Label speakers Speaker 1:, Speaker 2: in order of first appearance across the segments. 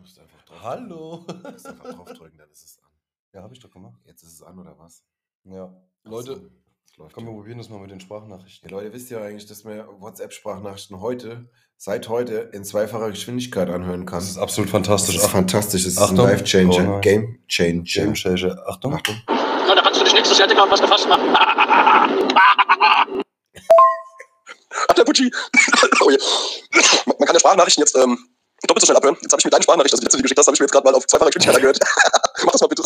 Speaker 1: musst du einfach drauf
Speaker 2: Hallo.
Speaker 1: drücken. Du musst einfach draufdrücken, dann ist es an.
Speaker 2: Ja, habe ich doch gemacht.
Speaker 1: Jetzt ist es an, oder was?
Speaker 2: Ja.
Speaker 1: Ach
Speaker 2: Leute,
Speaker 1: so, es läuft.
Speaker 2: komm, wir
Speaker 1: Ja.
Speaker 2: probieren das mal mit den Sprachnachrichten.
Speaker 1: Ja, Leute, wisst ihr eigentlich, dass man WhatsApp-Sprachnachrichten heute, seit heute, in zweifacher Geschwindigkeit anhören kann?
Speaker 2: Das ist absolut fantastisch.
Speaker 1: Das ist fantastisch. Das ist ein
Speaker 2: Achtung.
Speaker 1: Life-Changer.
Speaker 2: Oh nein.
Speaker 1: Game-Changer.
Speaker 2: James Schäche. Achtung.
Speaker 1: Achtung.
Speaker 3: Na, da kannst du dich nächstes Jahr dicker und was gefasst machen.
Speaker 4: Ach, der Pucci. oh je. Man kann ja Sprachnachrichten jetzt ähm, doppelt so schnell abhören. Jetzt habe ich mir deine Sprachnachricht, also die letzte, die du geschickt hast, habe ich mir jetzt gerade mal auf zweifacher Geschwindigkeit angehört. Mach das mal bitte.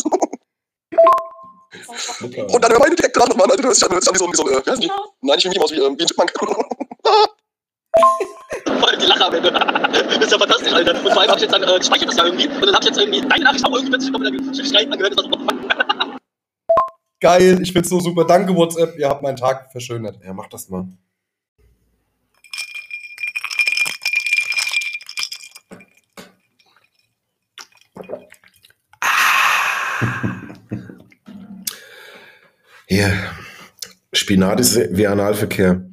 Speaker 4: Und dann hör meine direkt dran nochmal, Alter. Du hörst dich an, du hörst dich an wie so ein, wie so ein, äh, wie heißen die? Nein, nicht wie Mickey Mouse, wie, ähm, wie ein Chipmunk.
Speaker 3: Voll die Lache am Ende. Das ist ja fantastisch, Alter. Und vor allem hab ich jetzt dann, äh, gespeichert das ja irgendwie. Und dann hab ich jetzt irgendwie deine Nachricht auch irgendwie plötzlich doppelt geschrieben angehört. Und dann so, oh,
Speaker 2: Geil, ich find's so super. Danke, WhatsApp. Ihr habt meinen Tag verschönert.
Speaker 1: Ja, mach das mal. Hier. Spinat ist wie Analverkehr.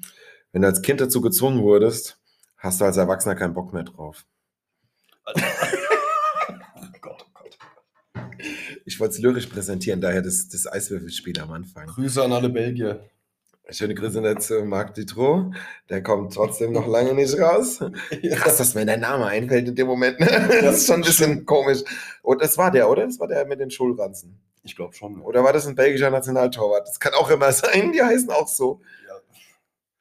Speaker 1: Wenn du als Kind dazu gezwungen wurdest, hast du als Erwachsener keinen Bock mehr drauf.
Speaker 2: Oh
Speaker 1: Ich wollte es lyrisch präsentieren, daher das, das Eiswürfelspiel am Anfang.
Speaker 2: Grüße an alle Belgier.
Speaker 1: Schöne Grüße an zu Marc Dutroux. Der kommt trotzdem noch lange nicht raus. Krass, dass mir dein Name einfällt in dem Moment. Das ist schon ein bisschen komisch. Und das war der, oder? Das war der mit den Schulranzen.
Speaker 2: Ich glaube schon. Oder?
Speaker 1: Oder war das ein belgischer Nationaltorwart? Das kann auch immer sein. Die heißen auch so.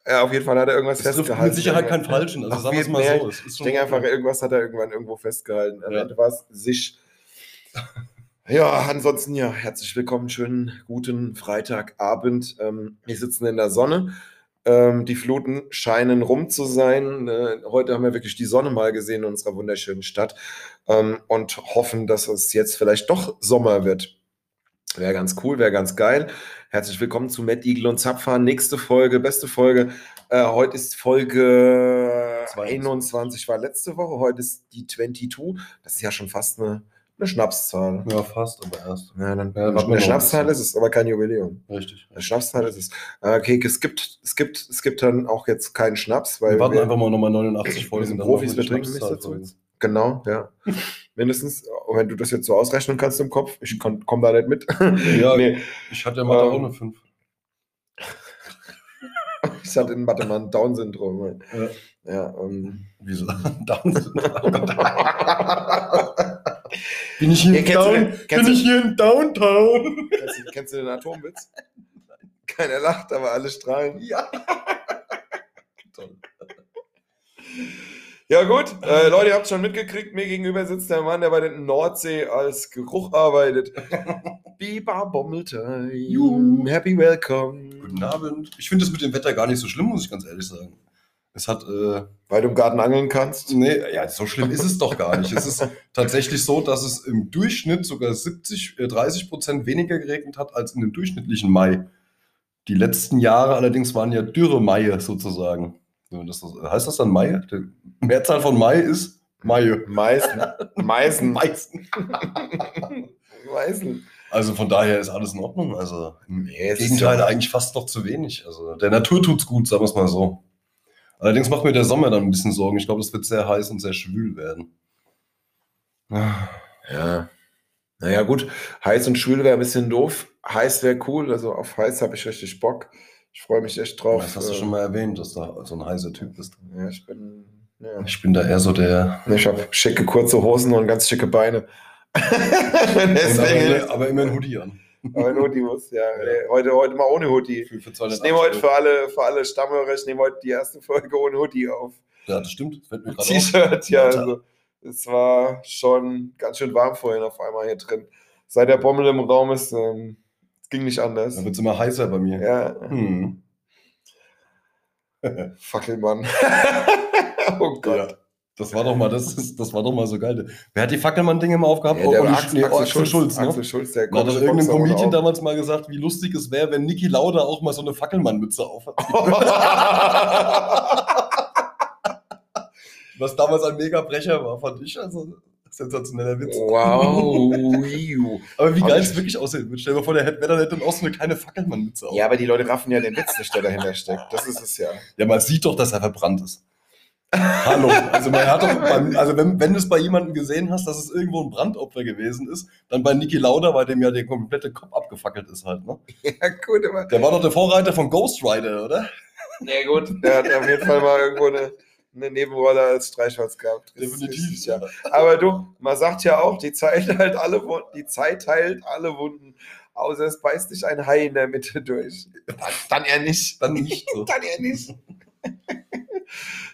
Speaker 1: Ja, auf jeden Fall hat er irgendwas
Speaker 2: Das trifft
Speaker 1: festgehalten.
Speaker 2: mit Sicherheit keinen Falschen. Also
Speaker 1: Ach,
Speaker 2: sagen wir es
Speaker 1: wir-
Speaker 2: mal
Speaker 1: nee,
Speaker 2: so. Es ist
Speaker 1: Ich
Speaker 2: schon
Speaker 1: denke einfach,
Speaker 2: okay.
Speaker 1: irgendwas hat er irgendwann irgendwo festgehalten. Am
Speaker 2: Ja.
Speaker 1: Ende war es sich. Ja, ansonsten ja, herzlich willkommen, schönen guten Freitagabend. Ähm, wir sitzen in der Sonne. Ähm, die Fluten scheinen rum zu sein. Äh, heute haben wir wirklich die Sonne mal gesehen in unserer wunderschönen Stadt ähm, und hoffen, dass es jetzt vielleicht doch Sommer wird. Wäre ganz cool, wäre ganz geil. Herzlich willkommen zu Matt Igel und Zapfhahn. Nächste Folge, beste Folge. Äh, heute ist Folge
Speaker 2: 22.
Speaker 1: 21, war letzte Woche. Heute ist die 22. Das ist ja schon fast eine, eine Schnapszahl.
Speaker 2: Ja, fast, aber erst.
Speaker 1: Ja, dann,
Speaker 2: Ja, warten wir noch
Speaker 1: eine
Speaker 2: ein
Speaker 1: Schnapszahl ist
Speaker 2: bisschen.
Speaker 1: es, aber kein Jubiläum.
Speaker 2: Richtig.
Speaker 1: Eine Schnapszahl ist es. Äh, Okay, es gibt, es, gibt, es gibt dann auch jetzt keinen Schnaps, weil
Speaker 2: Wir warten
Speaker 1: wir-
Speaker 2: einfach mal nochmal 89
Speaker 1: wir
Speaker 2: Folgen.
Speaker 1: sind
Speaker 2: dann
Speaker 1: Profis,
Speaker 2: machen wir die halt
Speaker 1: wir trinken nichts
Speaker 2: Schnapszahl
Speaker 1: dazu. Genau, ja. Mindestens, wenn du das jetzt so ausrechnen kannst im Kopf, ich komme da nicht mit.
Speaker 2: folgen. Ja,
Speaker 1: Nee,
Speaker 2: ich hatte ja mal da
Speaker 1: Ähm,
Speaker 2: auch eine 5.
Speaker 1: ich hatte in Mathe mal ein Down-Syndrom.
Speaker 2: Ja.
Speaker 1: Ja, ähm.
Speaker 2: Wieso? Down. Bin ich
Speaker 1: Ja,
Speaker 2: hier
Speaker 1: kennst du den- kennst du-
Speaker 2: hier in Downtown?
Speaker 1: Kennst du, kennst du den Atomwitz? Keiner lacht, aber alle strahlen. Ja.
Speaker 2: Toll.
Speaker 1: Ja gut, äh, Leute, ihr habt schon mitgekriegt, mir gegenüber sitzt der Mann, der bei den Nordsee als Geruch arbeitet. Biber Bommeltime,
Speaker 2: Juhu.
Speaker 1: happy welcome.
Speaker 2: Guten Abend. Ich finde das mit dem Wetter gar nicht so schlimm, muss ich ganz ehrlich sagen. Es hat, äh,
Speaker 1: Weil du im Garten angeln kannst.
Speaker 2: nee, ja, so schlimm ist es doch gar nicht. Es ist tatsächlich so, dass es im Durchschnitt sogar 70, äh, 30 Prozent weniger geregnet hat als in dem durchschnittlichen Mai. Die letzten Jahre allerdings waren ja dürre Maie sozusagen. Wenn Das, so- heißt das dann Mai? Die Mehrzahl von Mai ist Mai.
Speaker 1: Meißen. Meißen.
Speaker 2: Meisten.
Speaker 1: Meißen.
Speaker 2: Also von daher ist alles in Ordnung. Also im
Speaker 1: Nee, es ist
Speaker 2: Gegenteil,
Speaker 1: ja-
Speaker 2: eigentlich fast noch zu wenig. Also der Natur tut's gut, sagen wir es mal so. Allerdings macht mir der Sommer dann ein bisschen Sorgen. Ich glaube, es wird sehr heiß und sehr schwül werden. Ah,
Speaker 1: Ja. Naja, gut. Heiß und schwül wäre ein bisschen doof. Heiß wäre cool. Also auf heiß habe ich richtig Bock. Ich freue mich echt drauf. Ähm,
Speaker 2: Das hast du schon mal erwähnt, dass du so ein heißer Typ bist.
Speaker 1: Ja, ich bin. Ja.
Speaker 2: Ich bin da eher so der.
Speaker 1: Ich habe schicke kurze Hosen und ganz schicke Beine. Deswegen.
Speaker 2: aber, aber immer ein Hoodie an.
Speaker 1: Aber ein Hoodie muss, ja. Nee, Heute, heute mal ohne Hoodie.
Speaker 2: Für, für
Speaker 1: Ich nehme heute für alle, für alle Stammhörer, ich nehme heute die erste Folge ohne Hoodie auf.
Speaker 2: Ja, das stimmt. Das fällt mir gerade auf.
Speaker 1: T-Shirt, ja.
Speaker 2: Ja, klar.
Speaker 1: Also, es war schon ganz schön warm vorhin auf einmal hier drin. Seit der Bommel im Raum ist, ähm, es ging nicht anders.
Speaker 2: Dann wird es immer heißer bei mir.
Speaker 1: Ja,
Speaker 2: Hm.
Speaker 1: Fackelmann. oh Gott.
Speaker 2: Ja. Das war doch mal, das ist, das war doch mal so geil. Wer hat die Fackelmann-Dinge immer aufgehabt? Oh,
Speaker 1: Ja, der
Speaker 2: Olli-
Speaker 1: Ax-
Speaker 2: nee,
Speaker 1: Oh, Axel Schulz,
Speaker 2: ne?
Speaker 1: Axel Schulz, der
Speaker 2: Da hat doch
Speaker 1: komische
Speaker 2: irgendein
Speaker 1: Boxer ohne
Speaker 2: Comedian
Speaker 1: Augen.
Speaker 2: damals mal gesagt, wie lustig es wäre, wenn Niki Lauda auch mal so eine Fackelmannmütze aufhat. Was damals ein Megabrecher war, fand ich. Also sensationeller Witz.
Speaker 1: wow. iu.
Speaker 2: Aber wie
Speaker 1: Fand
Speaker 2: geil
Speaker 1: Oh, ich-
Speaker 2: es wirklich aussehen wird. Stell dir mal vor, der hätte, wenn, dann hätte dann auch so eine kleine Fackelmannmütze auf.
Speaker 1: Ja, aber die Leute raffen ja den Witz nicht, der dahinter steckt. Das ist es ja.
Speaker 2: ja, man sieht doch, dass er verbrannt ist. Hallo. Also, man hat doch beim, also wenn, wenn du es bei jemandem gesehen hast, dass es irgendwo ein Brandopfer gewesen ist, dann bei Niki Lauda, bei dem ja der komplette Kopf abgefackelt ist halt. Ne?
Speaker 1: Ja, gut, aber.
Speaker 2: Der war doch der Vorreiter von Ghost Rider, oder?
Speaker 1: Ja, gut. Der hat auf jeden Fall mal irgendwo eine, eine Nebenrolle als Streichholz gehabt. Das ist richtig, ja. Aber du, man sagt ja auch, die Zeit heilt alle, Wun- die Zeit heilt alle Wunden. Außer es beißt dich ein Hai in der Mitte durch.
Speaker 2: Dann er nicht. Dann nicht. So.
Speaker 1: Dann ja nicht.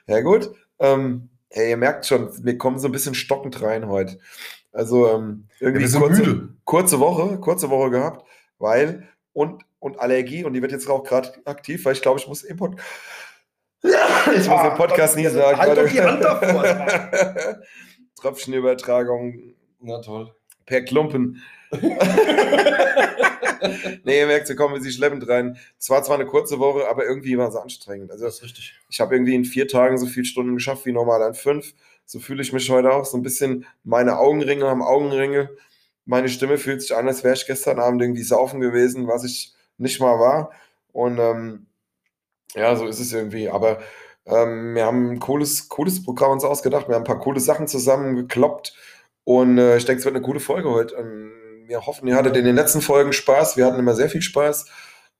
Speaker 1: ja, gut. Ähm, hey, ihr merkt schon, wir kommen so ein bisschen stockend rein heute. Also ähm, irgendwie kurze, kurze Woche, kurze Woche gehabt, weil und, und Allergie und die wird jetzt auch gerade aktiv, weil ich glaube, ich muss im Podcast. Ich muss im Podcast nie sagen.
Speaker 2: Ah, Halt doch die Hand davor.
Speaker 1: Tröpfchenübertragung
Speaker 2: Na toll.
Speaker 1: per Klumpen. nee, ihr merkt, sie kommen sie schleppend rein. Es war zwar eine kurze Woche, aber irgendwie war es anstrengend. Also
Speaker 2: Das ist richtig.
Speaker 1: ich habe irgendwie in vier Tagen so viele Stunden geschafft wie normal an fünf. So fühle ich mich heute auch. So ein bisschen meine Augenringe haben Augenringe. Meine Stimme fühlt sich an, als wäre ich gestern Abend irgendwie saufen gewesen, was ich nicht mal war. Und ähm, ja, so ist es irgendwie. Aber ähm, wir haben ein cooles, cooles Programm uns ausgedacht. Wir haben ein paar coole Sachen zusammengekloppt. Und äh, ich denke, es wird eine gute Folge heute. Ähm, wir hoffen, ihr hattet in den letzten Folgen Spaß. Wir hatten immer sehr viel Spaß,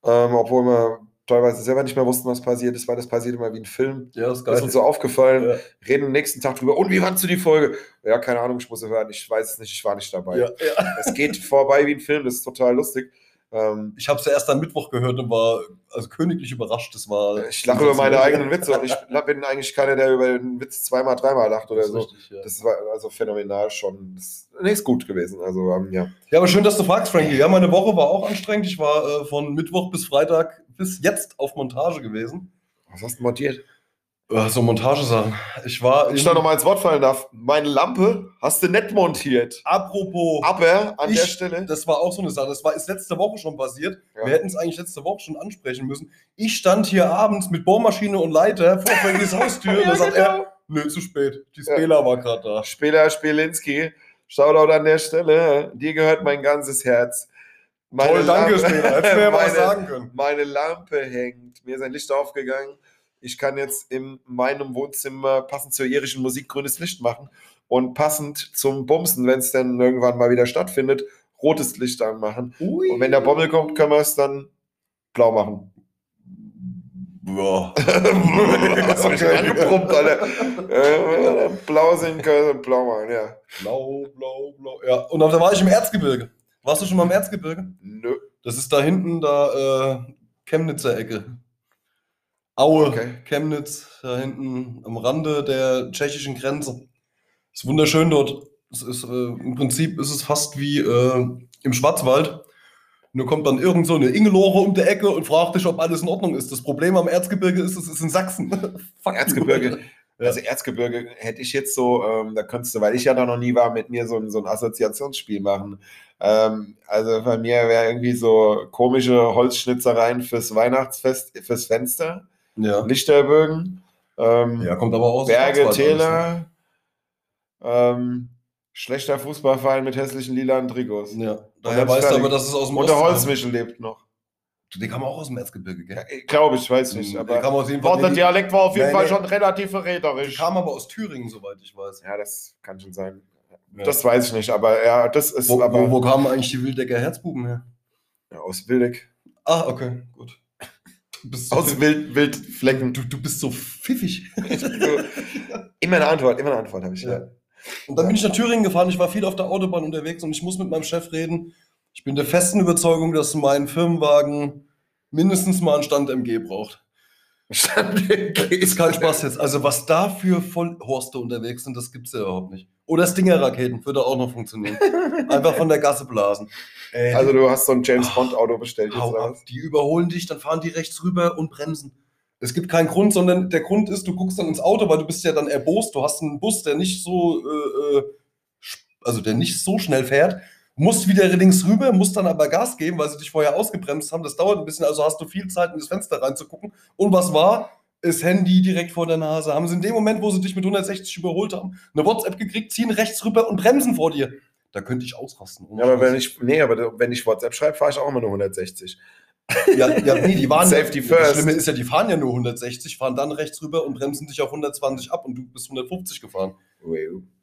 Speaker 1: ähm, obwohl wir teilweise selber nicht mehr wussten, was passiert ist, weil das passiert immer wie ein Film.
Speaker 2: Ja, ist
Speaker 1: Das ist uns so aufgefallen.
Speaker 2: Ja.
Speaker 1: Reden am nächsten Tag drüber. Und wie fandst du die Folge? Ja, keine Ahnung, ich muss sie hören. Ich weiß es nicht, ich war nicht dabei.
Speaker 2: Ja, ja.
Speaker 1: Es geht vorbei wie ein Film, das ist total lustig. Ähm,
Speaker 2: Ich habe es ja erst am Mittwoch gehört und war also königlich überrascht. Das war
Speaker 1: ich lache über meine eigenen Witze und ich bin eigentlich keiner, der über den Witz zweimal, dreimal lacht oder
Speaker 2: Das ist
Speaker 1: so.
Speaker 2: richtig, ja.
Speaker 1: Das war also phänomenal schon. Das ist nichts gut gewesen. Also, ähm, ja.
Speaker 2: ja, aber schön, dass du fragst, Frankie. Ja, meine Woche war auch anstrengend. Ich war äh, von Mittwoch bis Freitag bis jetzt auf Montage gewesen.
Speaker 1: Was hast du montiert?
Speaker 2: Äh, so Montagesachen. Ich war.
Speaker 1: Wenn
Speaker 2: in-
Speaker 1: ich da nochmal ins Wort fallen darf, meine Lampe hast du nicht montiert.
Speaker 2: Apropos.
Speaker 1: Aber an
Speaker 2: Ich-
Speaker 1: der Stelle.
Speaker 2: Das war auch so eine Sache. Das war, ist letzte Woche schon passiert.
Speaker 1: Ja.
Speaker 2: Wir hätten es eigentlich letzte Woche schon ansprechen müssen. Ich stand hier abends mit Bohrmaschine und Leiter vor Frankys Haustür und da sagt er, nö, zu spät. Die
Speaker 1: genau. Ja.
Speaker 2: Spela war gerade da.
Speaker 1: Spieler Spielinski, Shoutout an der Stelle. Dir gehört mein ganzes Herz. Meine
Speaker 2: Toll, danke,
Speaker 1: Lampe-
Speaker 2: Spela. Hättest du mir ja mal was
Speaker 1: meine,
Speaker 2: sagen können.
Speaker 1: meine Lampe hängt. Mir ist ein Licht aufgegangen. Ich kann jetzt in meinem Wohnzimmer passend zur irischen Musik grünes Licht machen und passend zum Bumsen, wenn es denn irgendwann mal wieder stattfindet, rotes Licht anmachen.
Speaker 2: Ui.
Speaker 1: Und wenn der Bommel kommt, können wir es dann blau machen.
Speaker 2: Ja.
Speaker 1: Was hab ich denn angebrummt, Alter? Äh, blau sind können, blau machen, ja.
Speaker 2: Blau, blau, blau. Ja, und da war ich im Erzgebirge. Warst du schon mal im Erzgebirge?
Speaker 1: Nö.
Speaker 2: Das ist da hinten, da äh, Chemnitzer Ecke. Aue,
Speaker 1: Okay.
Speaker 2: Chemnitz, da hinten am Rande der tschechischen Grenze. Ist wunderschön dort. Es ist, äh, Im Prinzip ist es fast wie äh, im Schwarzwald. Nur kommt dann irgend so eine Ingelore um die Ecke und fragt dich, ob alles in Ordnung ist. Das Problem am Erzgebirge ist, es ist in Sachsen. Fuck you.
Speaker 1: Erzgebirge.
Speaker 2: Ja.
Speaker 1: Also Erzgebirge hätte ich jetzt so, ähm, da könntest du, weil ich ja da noch nie war, mit mir so, ein- so ein Assoziationsspiel machen. Ähm, also bei mir wäre irgendwie so komische Holzschnitzereien fürs Weihnachtsfest, fürs Fenster,
Speaker 2: Ja.
Speaker 1: Lichterbögen, ähm,
Speaker 2: ja, ne? kommt aber auch aus dem
Speaker 1: Berge,
Speaker 2: Schwarzwald alles,
Speaker 1: Täler, ähm, schlechter Fußballverein mit hässlichen lilanen Trikots.
Speaker 2: ne? Ja.
Speaker 1: dann
Speaker 2: Daher weißt du
Speaker 1: fertig.
Speaker 2: aber, dass es aus dem
Speaker 1: Und der
Speaker 2: Osten
Speaker 1: Holzmichel lebt noch.
Speaker 2: kommt. Den kam auch aus dem Erzgebirge, gell?
Speaker 1: Glaube Ähm, ich, weiß nicht.
Speaker 2: Der
Speaker 1: Aber
Speaker 2: kam aus jeden
Speaker 1: Wort, der
Speaker 2: Fall. nee,
Speaker 1: Dialekt war auf jeden
Speaker 2: Nee,
Speaker 1: Fall
Speaker 2: nee.
Speaker 1: schon relativ
Speaker 2: Die
Speaker 1: verräterisch.
Speaker 2: kam aber aus Thüringen, soweit ich weiß.
Speaker 1: Ja, das kann schon sein.
Speaker 2: Ja.
Speaker 1: Das weiß ich nicht, aber ja, das ist
Speaker 2: wo,
Speaker 1: aber
Speaker 2: wo, wo kamen eigentlich die Wildecker Herzbuben her?
Speaker 1: Ja, aus Wildeck.
Speaker 2: Ah, okay, gut. Du bist so,
Speaker 1: Aus Wild, Wildflecken.
Speaker 2: du, du bist so pfiffig.
Speaker 1: So, immer eine Antwort, immer eine Antwort habe ich. Ja.
Speaker 2: Ja. Und dann bin ich nach Thüringen gefahren. Ich war viel auf der Autobahn unterwegs und ich muss mit meinem Chef reden. Ich bin der festen Überzeugung, dass mein Firmenwagen mindestens mal einen Stand MG braucht. Ist kein Spaß jetzt. Also was da für Vollhorste unterwegs sind, das gibt's ja überhaupt nicht. Oder Stinger-Raketen würde auch noch funktionieren. Einfach von der Gasse blasen. Ey,
Speaker 1: Also du hast so ein James Bond Auto bestellt jetzt
Speaker 2: Hau
Speaker 1: oder
Speaker 2: ab.
Speaker 1: was?
Speaker 2: Die überholen dich, dann fahren die rechts rüber und bremsen. Es gibt keinen Grund, sondern der Grund ist, du guckst dann ins Auto, weil du bist ja dann erbost. Du hast einen Bus, der nicht so, äh, äh, sp- also der nicht so schnell fährt, musst wieder links rüber, musst dann aber Gas geben, weil sie dich vorher ausgebremst haben. Das dauert ein bisschen, also hast du viel Zeit, in das Fenster reinzugucken. Und was war? Ist Handy direkt vor der Nase. Haben sie in dem Moment, wo sie dich mit 160 überholt haben, eine WhatsApp gekriegt, ziehen rechts rüber und bremsen vor dir. Da könnte ich ausrasten. Oh,
Speaker 1: Ja, aber wenn ich nee, aber wenn ich WhatsApp schreibe, fahre ich auch immer nur 160.
Speaker 2: Ja, ja, nee, die waren.
Speaker 1: Safety
Speaker 2: Das
Speaker 1: first.
Speaker 2: Schlimme ist ja, die fahren ja nur 160, fahren dann rechts rüber und bremsen dich auf 120 ab und du bist 150 gefahren.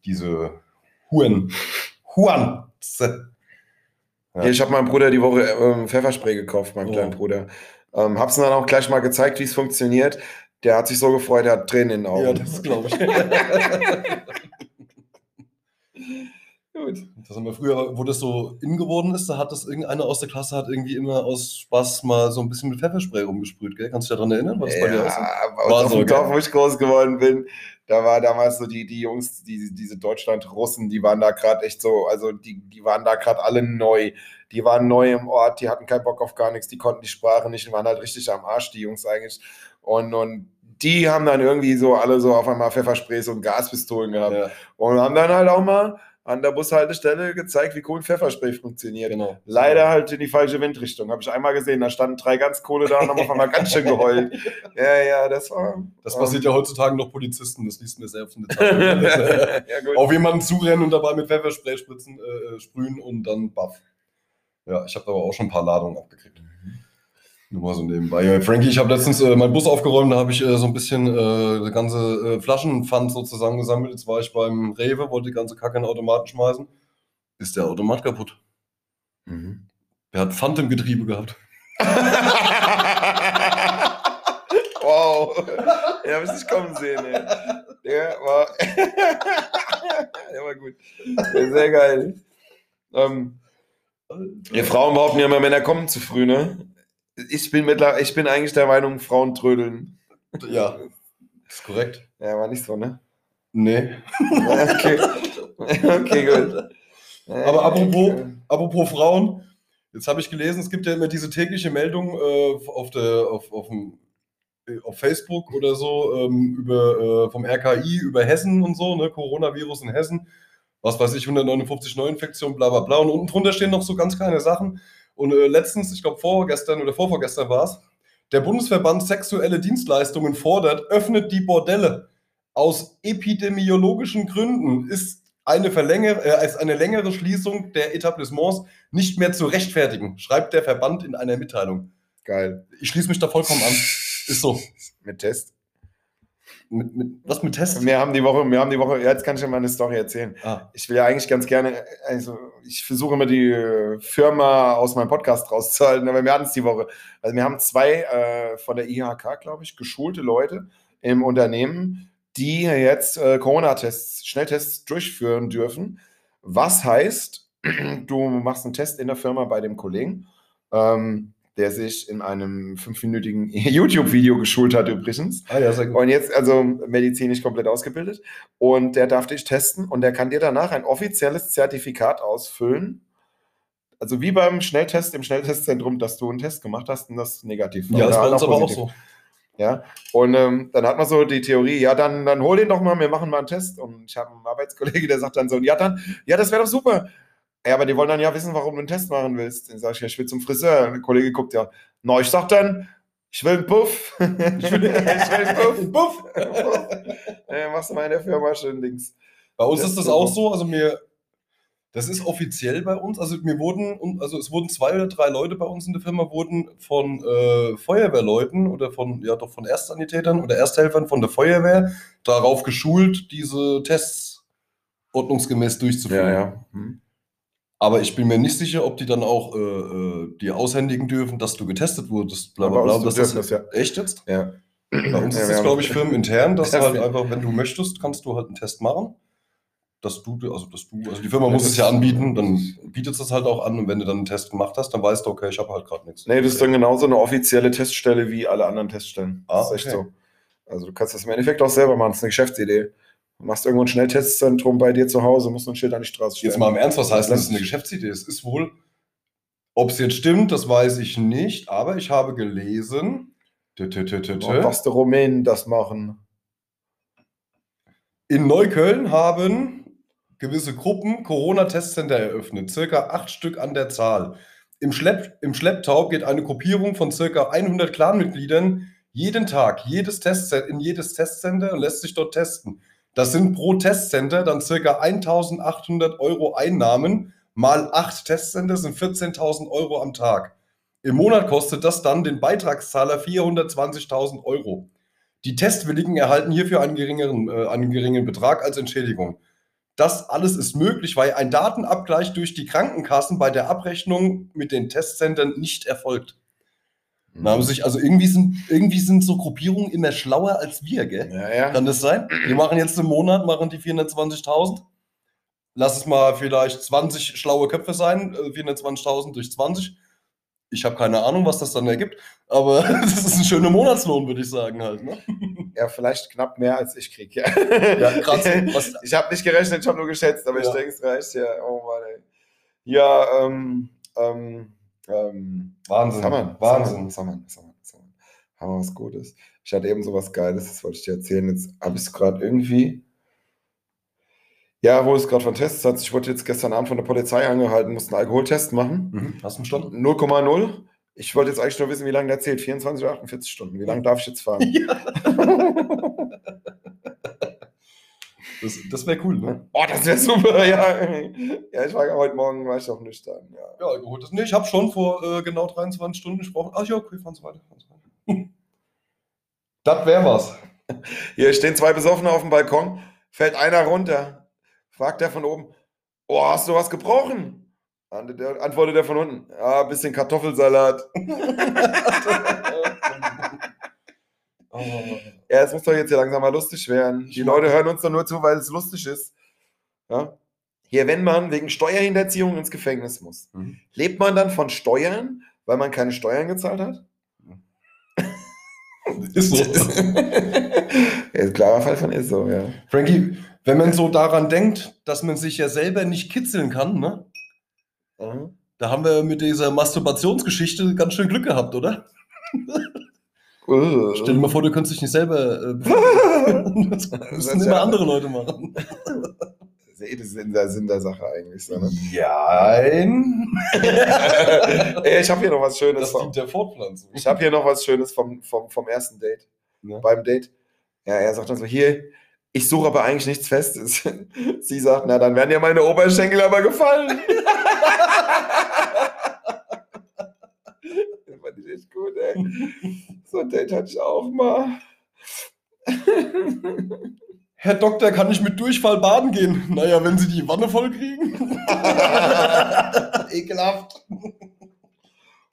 Speaker 2: Diese Huren. Huan. Ja.
Speaker 1: Hier, ich habe meinem Bruder die Woche ähm, Pfefferspray gekauft, meinem
Speaker 2: Oh.
Speaker 1: kleinen Bruder. Ähm, hab's ihm dann auch gleich mal gezeigt, wie es funktioniert. Der hat sich so gefreut, der hat Tränen in den
Speaker 2: Ja,
Speaker 1: Augen.
Speaker 2: das glaube ich. das
Speaker 1: Gut.
Speaker 2: haben wir früher, wo das so in geworden ist, da hat das irgendeiner aus der Klasse hat irgendwie immer aus Spaß mal so ein bisschen mit Pfefferspray rumgesprüht, gell? Kannst du dich daran erinnern? War das bei dir auch so?
Speaker 1: Ja, bei uns
Speaker 2: War
Speaker 1: auf
Speaker 2: so,
Speaker 1: dem
Speaker 2: gell?
Speaker 1: Dorf, wo ich groß geworden bin, da war damals so die, die Jungs, die, diese Deutschland-Russen, die waren da gerade echt so, also die, die waren da gerade alle neu. Die waren neu im Ort, die hatten keinen Bock auf gar nichts, die konnten die Sprache nicht und waren halt richtig am Arsch, die Jungs eigentlich. Und, und die haben dann irgendwie so alle so auf einmal Pfeffersprays und Gaspistolen gehabt.
Speaker 2: Ja,
Speaker 1: Und haben dann halt auch mal an der Bushaltestelle gezeigt, wie cool ein Pfefferspray funktioniert.
Speaker 2: genau.
Speaker 1: Leider halt in die falsche Windrichtung. Habe ich einmal gesehen, da standen drei ganz Kohle da und haben auf einmal ganz schön geheult. Ja, ja, das war.
Speaker 2: Das passiert
Speaker 1: ähm,
Speaker 2: ja heutzutage noch Polizisten, das liest mir selbst in der Zeitung.
Speaker 1: ja, gut.
Speaker 2: auf jemanden zurennen und dabei mit Pfefferspray spritzen, äh, äh, sprühen und dann baff. Ja, ich habe aber auch schon ein paar Ladungen abgekriegt. Nur mal so nebenbei. Ja, Frankie, ich habe letztens äh, meinen Bus aufgeräumt, da habe ich äh, so ein bisschen äh, ganze äh, Flaschenpfand so zusammengesammelt. Jetzt war ich beim Rewe, wollte die ganze Kacke in den Automaten schmeißen. Ist der Automat kaputt?
Speaker 1: Mhm.
Speaker 2: Der hat Pfand im Getriebe gehabt.
Speaker 1: wow. Den habe ich nicht kommen sehen, ey. Der war. Der war gut. Der ist sehr geil. Ähm, ja, Frauen behaupten ja immer, Männer kommen zu früh, ne? Ich bin, mittler, ich bin eigentlich der Meinung, Frauen trödeln.
Speaker 2: Ja, ist korrekt.
Speaker 1: Ja, war nicht so, ne?
Speaker 2: Nee.
Speaker 1: Okay, okay gut.
Speaker 2: Aber apropos, apropos Frauen, jetzt habe ich gelesen, es gibt ja immer diese tägliche Meldung äh, auf, der, auf, auf, dem, äh, auf Facebook oder so ähm, über, äh, vom RKI über Hessen und so, ne? Coronavirus in Hessen, was weiß ich, 159 Neuinfektionen, bla bla bla. Und unten drunter stehen noch so ganz kleine Sachen. Und äh, letztens, ich glaube vorgestern oder vorvorgestern war es, der Bundesverband Sexuelle Dienstleistungen fordert, öffnet die Bordelle aus epidemiologischen Gründen ist eine, Verlänger äh, ist eine längere Schließung der Etablissements nicht mehr zu rechtfertigen, schreibt der Verband in einer Mitteilung.
Speaker 1: Geil.
Speaker 2: Ich schließe mich da vollkommen an. Ist so.
Speaker 1: Mit Test.
Speaker 2: Mit, mit, was mit Tests?
Speaker 1: Wir haben die Woche, wir haben die Woche, jetzt kann ich ja mal eine Story erzählen.
Speaker 2: Ah,
Speaker 1: Ich will ja eigentlich ganz gerne, also ich versuche immer die äh, Firma aus meinem Podcast rauszuhalten, aber wir hatten es die Woche. Also wir haben zwei äh, von der IHK, glaube ich, geschulte Leute im Unternehmen, die jetzt äh, Corona-Tests, Schnelltests durchführen dürfen. Was heißt, du machst einen Test in der Firma bei dem Kollegen, ähm, der sich in einem fünfminütigen YouTube-Video geschult hat übrigens.
Speaker 2: ah ja, sehr gut.
Speaker 1: Und jetzt also medizinisch komplett ausgebildet. Und der darf dich testen und der kann dir danach ein offizielles Zertifikat ausfüllen. Also wie beim Schnelltest im Schnelltestzentrum, dass du einen Test gemacht hast und das negativ
Speaker 2: Ja, das
Speaker 1: Oder
Speaker 2: war uns
Speaker 1: auch
Speaker 2: aber auch
Speaker 1: positiv.
Speaker 2: so.
Speaker 1: Ja. Und ähm, dann hat man so die Theorie, ja, dann, dann hol den doch mal, wir machen mal einen Test. Und ich habe einen Arbeitskollege, der sagt dann so, ja, dann, ja, das wäre doch super. Ja, aber die wollen dann ja wissen, warum du einen Test machen willst. Dann sage ich, ja, ich will zum Friseur. Und der Kollege guckt ja, na, ich sag dann, ich will einen Puff. ich will einen Puff.
Speaker 2: Buff!
Speaker 1: Äh, machst du mal in der Firma schön links.
Speaker 2: Bei uns
Speaker 1: Das
Speaker 2: ist das
Speaker 1: ist
Speaker 2: auch
Speaker 1: so.
Speaker 2: so, also mir, das ist offiziell bei uns, also mir wurden, und- also es wurden zwei oder drei Leute bei uns in der Firma, wurden von äh, Feuerwehrleuten oder von, ja doch von Erstsanitätern oder Ersthelfern von der Feuerwehr darauf geschult, diese Tests ordnungsgemäß durchzuführen.
Speaker 1: Hm.
Speaker 2: Aber ich bin mir nicht sicher, ob die dann auch äh, äh, dir aushändigen dürfen, dass du getestet wurdest, bla
Speaker 1: Bei
Speaker 2: bla
Speaker 1: uns
Speaker 2: bla. dass
Speaker 1: dürfen das, ja.
Speaker 2: Echt jetzt?
Speaker 1: Ja.
Speaker 2: Bei uns
Speaker 1: Ja, wir
Speaker 2: ist es,
Speaker 1: haben-
Speaker 2: glaube ich, firmenintern, dass
Speaker 1: Ja,
Speaker 2: halt
Speaker 1: wir-
Speaker 2: einfach, wenn du möchtest, kannst du halt einen Test machen. Dass du, also dass du, also die Firma
Speaker 1: Ja,
Speaker 2: muss
Speaker 1: das-
Speaker 2: es ja anbieten, dann bietet es halt auch an und wenn du dann einen Test gemacht hast, dann weißt du, okay, ich habe halt gerade nichts.
Speaker 1: Nee, das ist dann genauso eine offizielle Teststelle wie alle anderen Teststellen.
Speaker 2: Ah,
Speaker 1: das ist echt
Speaker 2: okay.
Speaker 1: so. Also du kannst das im Endeffekt auch selber machen, das ist eine Geschäftsidee. Du machst irgendwo ein Schnelltestzentrum bei dir zu Hause, musst nur ein Schild an die Straße stellen.
Speaker 2: Jetzt mal im Ernst, was heißt das?
Speaker 1: Lass-
Speaker 2: Das ist eine Geschäftsidee. Es ist wohl, ob es jetzt stimmt, das weiß ich nicht, aber ich habe gelesen, tü, tü, tü, tü,
Speaker 1: Warum
Speaker 2: tü,
Speaker 1: darfst du Rumänen das machen?
Speaker 2: in Neukölln haben gewisse Gruppen Corona-Testcenter eröffnet, circa acht Stück an der Zahl. Im, Schlepp, Im Schlepptau geht eine Gruppierung von circa 100 Clanmitgliedern jeden Tag jedes Testcenter, in jedes Testcenter und lässt sich dort testen. Das sind pro Testcenter dann circa 1800 Euro Einnahmen, mal acht Testcenter sind 14.000 Euro am Tag. Im Monat kostet das dann den Beitragszahler 420.000 Euro. Die Testwilligen erhalten hierfür einen geringeren, äh, einen geringen Betrag als Entschädigung. Das alles ist möglich, weil ein Datenabgleich durch die Krankenkassen bei der Abrechnung mit den Testzentren nicht erfolgt.
Speaker 1: Mhm.
Speaker 2: Da haben sich, also irgendwie sind, irgendwie sind so Gruppierungen immer schlauer als wir, gell?
Speaker 1: Ja, ja.
Speaker 2: Kann das sein? Die machen jetzt im Monat, machen die 420.000. Lass es mal vielleicht 20 schlaue Köpfe sein, äh, 420.000 durch 20. Ich habe keine Ahnung, was das dann ergibt, aber das ist ein schöner Monatslohn, würde ich sagen halt. Ne?
Speaker 1: ja, vielleicht knapp mehr als ich kriege.
Speaker 2: Ja, krass. Was,
Speaker 1: Ich habe nicht gerechnet, ich habe nur geschätzt, aber ich
Speaker 2: Ja.
Speaker 1: denke, es reicht ja. Oh Mann, ey. Ja, ähm, ähm, ähm,
Speaker 2: Wahnsinn,
Speaker 1: Sammeln,
Speaker 2: Wahnsinn.
Speaker 1: Wahnsinn, Sammeln, Sammeln, Sammeln. Haben wir was Gutes. Ich hatte eben sowas Geiles, das wollte ich dir erzählen. Jetzt habe ich es gerade irgendwie. Ja, wo es gerade von Tests hat. Ich wurde jetzt gestern Abend von der Polizei angehalten, musste einen Alkoholtest machen.
Speaker 2: Mhm. Hast du einen Stand?
Speaker 1: 0,0. Ich wollte jetzt eigentlich nur wissen, wie lange der zählt. 24 oder 48 Stunden. Wie lange darf ich jetzt fahren?
Speaker 2: Das, das wäre cool, ne?
Speaker 1: Oh, das wäre super, ja. Ja, ich war heute Morgen, war ich auch nüchtern. Ja.
Speaker 2: Ja, geholt ist. Nee, ich habe schon vor äh, genau 23 Stunden gesprochen. Ach ja, okay, fahren Sie weiter. Fahren Sie weiter. das wäre was.
Speaker 1: Hier stehen zwei Besoffene auf dem Balkon, fällt einer runter, fragt der von oben, oh, hast du was gebrochen? Ante- der- Antwortet der von unten, ja, ein bisschen Kartoffelsalat.
Speaker 2: Oh,
Speaker 1: Ja, es muss doch jetzt hier langsam mal lustig werden. Die Leute hören uns doch nur zu, weil es lustig ist. Ja? Hier, wenn man wegen Steuerhinterziehung ins Gefängnis muss,
Speaker 2: Mhm.
Speaker 1: lebt man dann von Steuern, weil man keine Steuern gezahlt hat?
Speaker 2: ist so.
Speaker 1: Ja, klarer Fall von ist so, ja.
Speaker 2: Frankie, wenn man so daran denkt, dass man sich ja selber nicht kitzeln kann, ne?
Speaker 1: Mhm.
Speaker 2: Da haben wir mit dieser Masturbationsgeschichte ganz schön Glück gehabt, oder?
Speaker 1: Uh.
Speaker 2: Stell dir mal vor, du könntest dich nicht selber äh, befriedigen. Das müssen
Speaker 1: ja-
Speaker 2: immer andere Leute machen.
Speaker 1: Das ist eh der Sinn der, Sinn der Sache eigentlich. So, ne?
Speaker 2: Jein.
Speaker 1: Ey, ich habe hier noch was Schönes.
Speaker 2: Das
Speaker 1: vom-
Speaker 2: dient der Fortpflanzung.
Speaker 1: Ich habe hier noch was Schönes vom, vom, vom ersten Date.
Speaker 2: Ja.
Speaker 1: Beim Date. Ja, er sagt dann so, hier, ich suche aber eigentlich nichts Festes. Sie sagt, na, dann werden dir meine Oberschenkel aber gefallen. das fand ich echt gut, ey. So ein Date hatte ich auch mal.
Speaker 2: Herr Doktor, kann ich mit Durchfall baden gehen? Naja, wenn Sie die Wanne voll kriegen. Ekelhaft.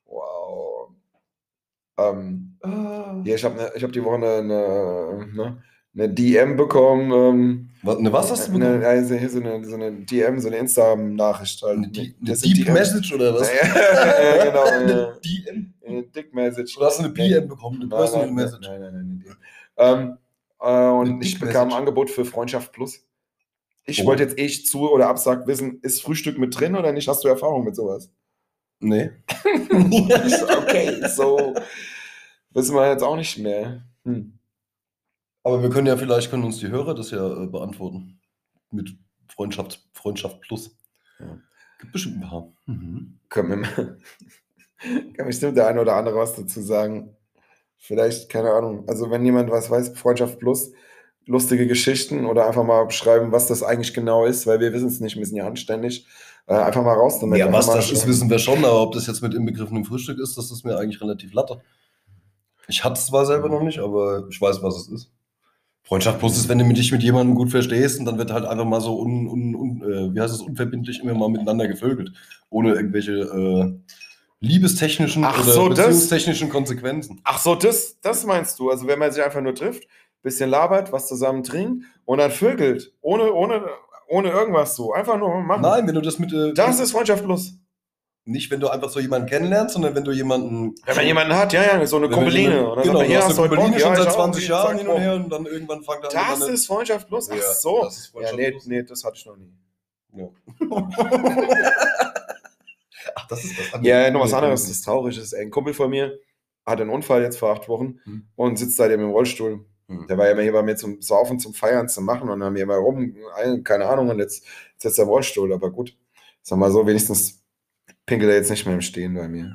Speaker 1: Wow. Ähm, ja, ich habe ne, ich hab die Woche eine, eine, ne, eine DM bekommen. Ähm,
Speaker 2: Ne, was hast du bekommen?
Speaker 1: Eine, also hier so eine, so eine DM, so eine Insta-Nachricht. Halt.
Speaker 2: Eine, die, eine
Speaker 1: Das ist
Speaker 2: Deep
Speaker 1: DM.
Speaker 2: Message oder was?
Speaker 1: Ja, ja, genau.
Speaker 2: Eine
Speaker 1: Eine,
Speaker 2: DM?
Speaker 1: eine Dick-Message.
Speaker 2: Oder hast du eine
Speaker 1: Nee.
Speaker 2: PM bekommen? Eine
Speaker 1: Nein,
Speaker 2: Personal
Speaker 1: nein, nein,
Speaker 2: Message?
Speaker 1: nein, nein, nein, nein. Ähm, äh,
Speaker 2: Eine
Speaker 1: und ich bekam
Speaker 2: Dick-Message.
Speaker 1: ein Angebot für Freundschaft Plus. Ich
Speaker 2: Oh.
Speaker 1: wollte jetzt echt zu oder absag wissen, ist Frühstück mit drin oder nicht? Hast du Erfahrung mit sowas?
Speaker 2: Nee.
Speaker 1: Ich so, okay, so wissen wir jetzt auch nicht mehr. Hm.
Speaker 2: Aber wir können ja vielleicht, können uns die Hörer das ja äh, beantworten. Mit Freundschaft, Freundschaft Plus.
Speaker 1: Ja.
Speaker 2: Gibt bestimmt ein paar. Mhm.
Speaker 1: Können wir mal, kann bestimmt der eine oder andere was dazu sagen. Vielleicht, keine Ahnung. Also, wenn jemand was weiß, Freundschaft Plus, lustige Geschichten oder einfach mal beschreiben, was das eigentlich genau ist, weil wir wissen es nicht, wir sind ja anständig. Äh, einfach mal raus damit.
Speaker 2: Ja,
Speaker 1: einfach
Speaker 2: was
Speaker 1: mal
Speaker 2: das ist,
Speaker 1: schreiben.
Speaker 2: wissen wir schon, aber ob das jetzt mit inbegriffenem Frühstück ist, das ist mir eigentlich relativ latte. Ich hatte es zwar selber noch nicht, aber ich weiß, was es ist. Freundschaft plus ist, wenn du mit- dich mit jemandem gut verstehst und dann wird halt einfach mal so un, un, un, äh, wie heißt es, unverbindlich immer mal miteinander gevögelt. Ohne irgendwelche äh, liebestechnischen
Speaker 1: Ach so, das-
Speaker 2: beziehungstechnischen Konsequenzen.
Speaker 1: Ach so, das, das meinst du. Also, wenn man sich einfach nur trifft, bisschen labert, was zusammen trinkt und dann vögelt. Ohne, ohne, ohne irgendwas so. Einfach nur machen.
Speaker 2: Nein, wenn du das mit. Äh,
Speaker 1: Das ist Freundschaft Plus.
Speaker 2: nicht, wenn du einfach so jemanden kennenlernst, sondern wenn du jemanden.
Speaker 1: Wenn man jemanden hat, ja, ja, so eine
Speaker 2: wenn man
Speaker 1: Kumpeline.
Speaker 2: jemanden-
Speaker 1: Und dann sagt
Speaker 2: Genau,
Speaker 1: man,
Speaker 2: du
Speaker 1: ja,
Speaker 2: hast eine
Speaker 1: hast du heute
Speaker 2: Kumpeline
Speaker 1: Bock?
Speaker 2: schon
Speaker 1: Ja,
Speaker 2: seit
Speaker 1: ich auch.
Speaker 2: 20 Jahren
Speaker 1: Zack,
Speaker 2: hin und her und dann irgendwann fangt er
Speaker 1: Das
Speaker 2: miteinander-
Speaker 1: ist Freundschaft plus? Ach
Speaker 2: Ja,
Speaker 1: so.
Speaker 2: das ist
Speaker 1: Ja,
Speaker 2: Freundschaft
Speaker 1: nee,
Speaker 2: plus.
Speaker 1: nee, das hatte ich noch nie.
Speaker 2: Ach, das ist das
Speaker 1: Ja, noch was anderes, das traurig ist. Ein Kumpel von mir hatte einen Unfall jetzt vor acht Wochen
Speaker 2: Hm.
Speaker 1: und sitzt seitdem im Rollstuhl.
Speaker 2: Hm.
Speaker 1: Der war ja immer hier bei mir zum Saufen, zum Feiern, zum Machen und haben hier mal rum, keine Ahnung, und jetzt sitzt er im Rollstuhl, aber gut. Sag mal so, wenigstens pinkelt er jetzt nicht mehr im Stehen bei mir.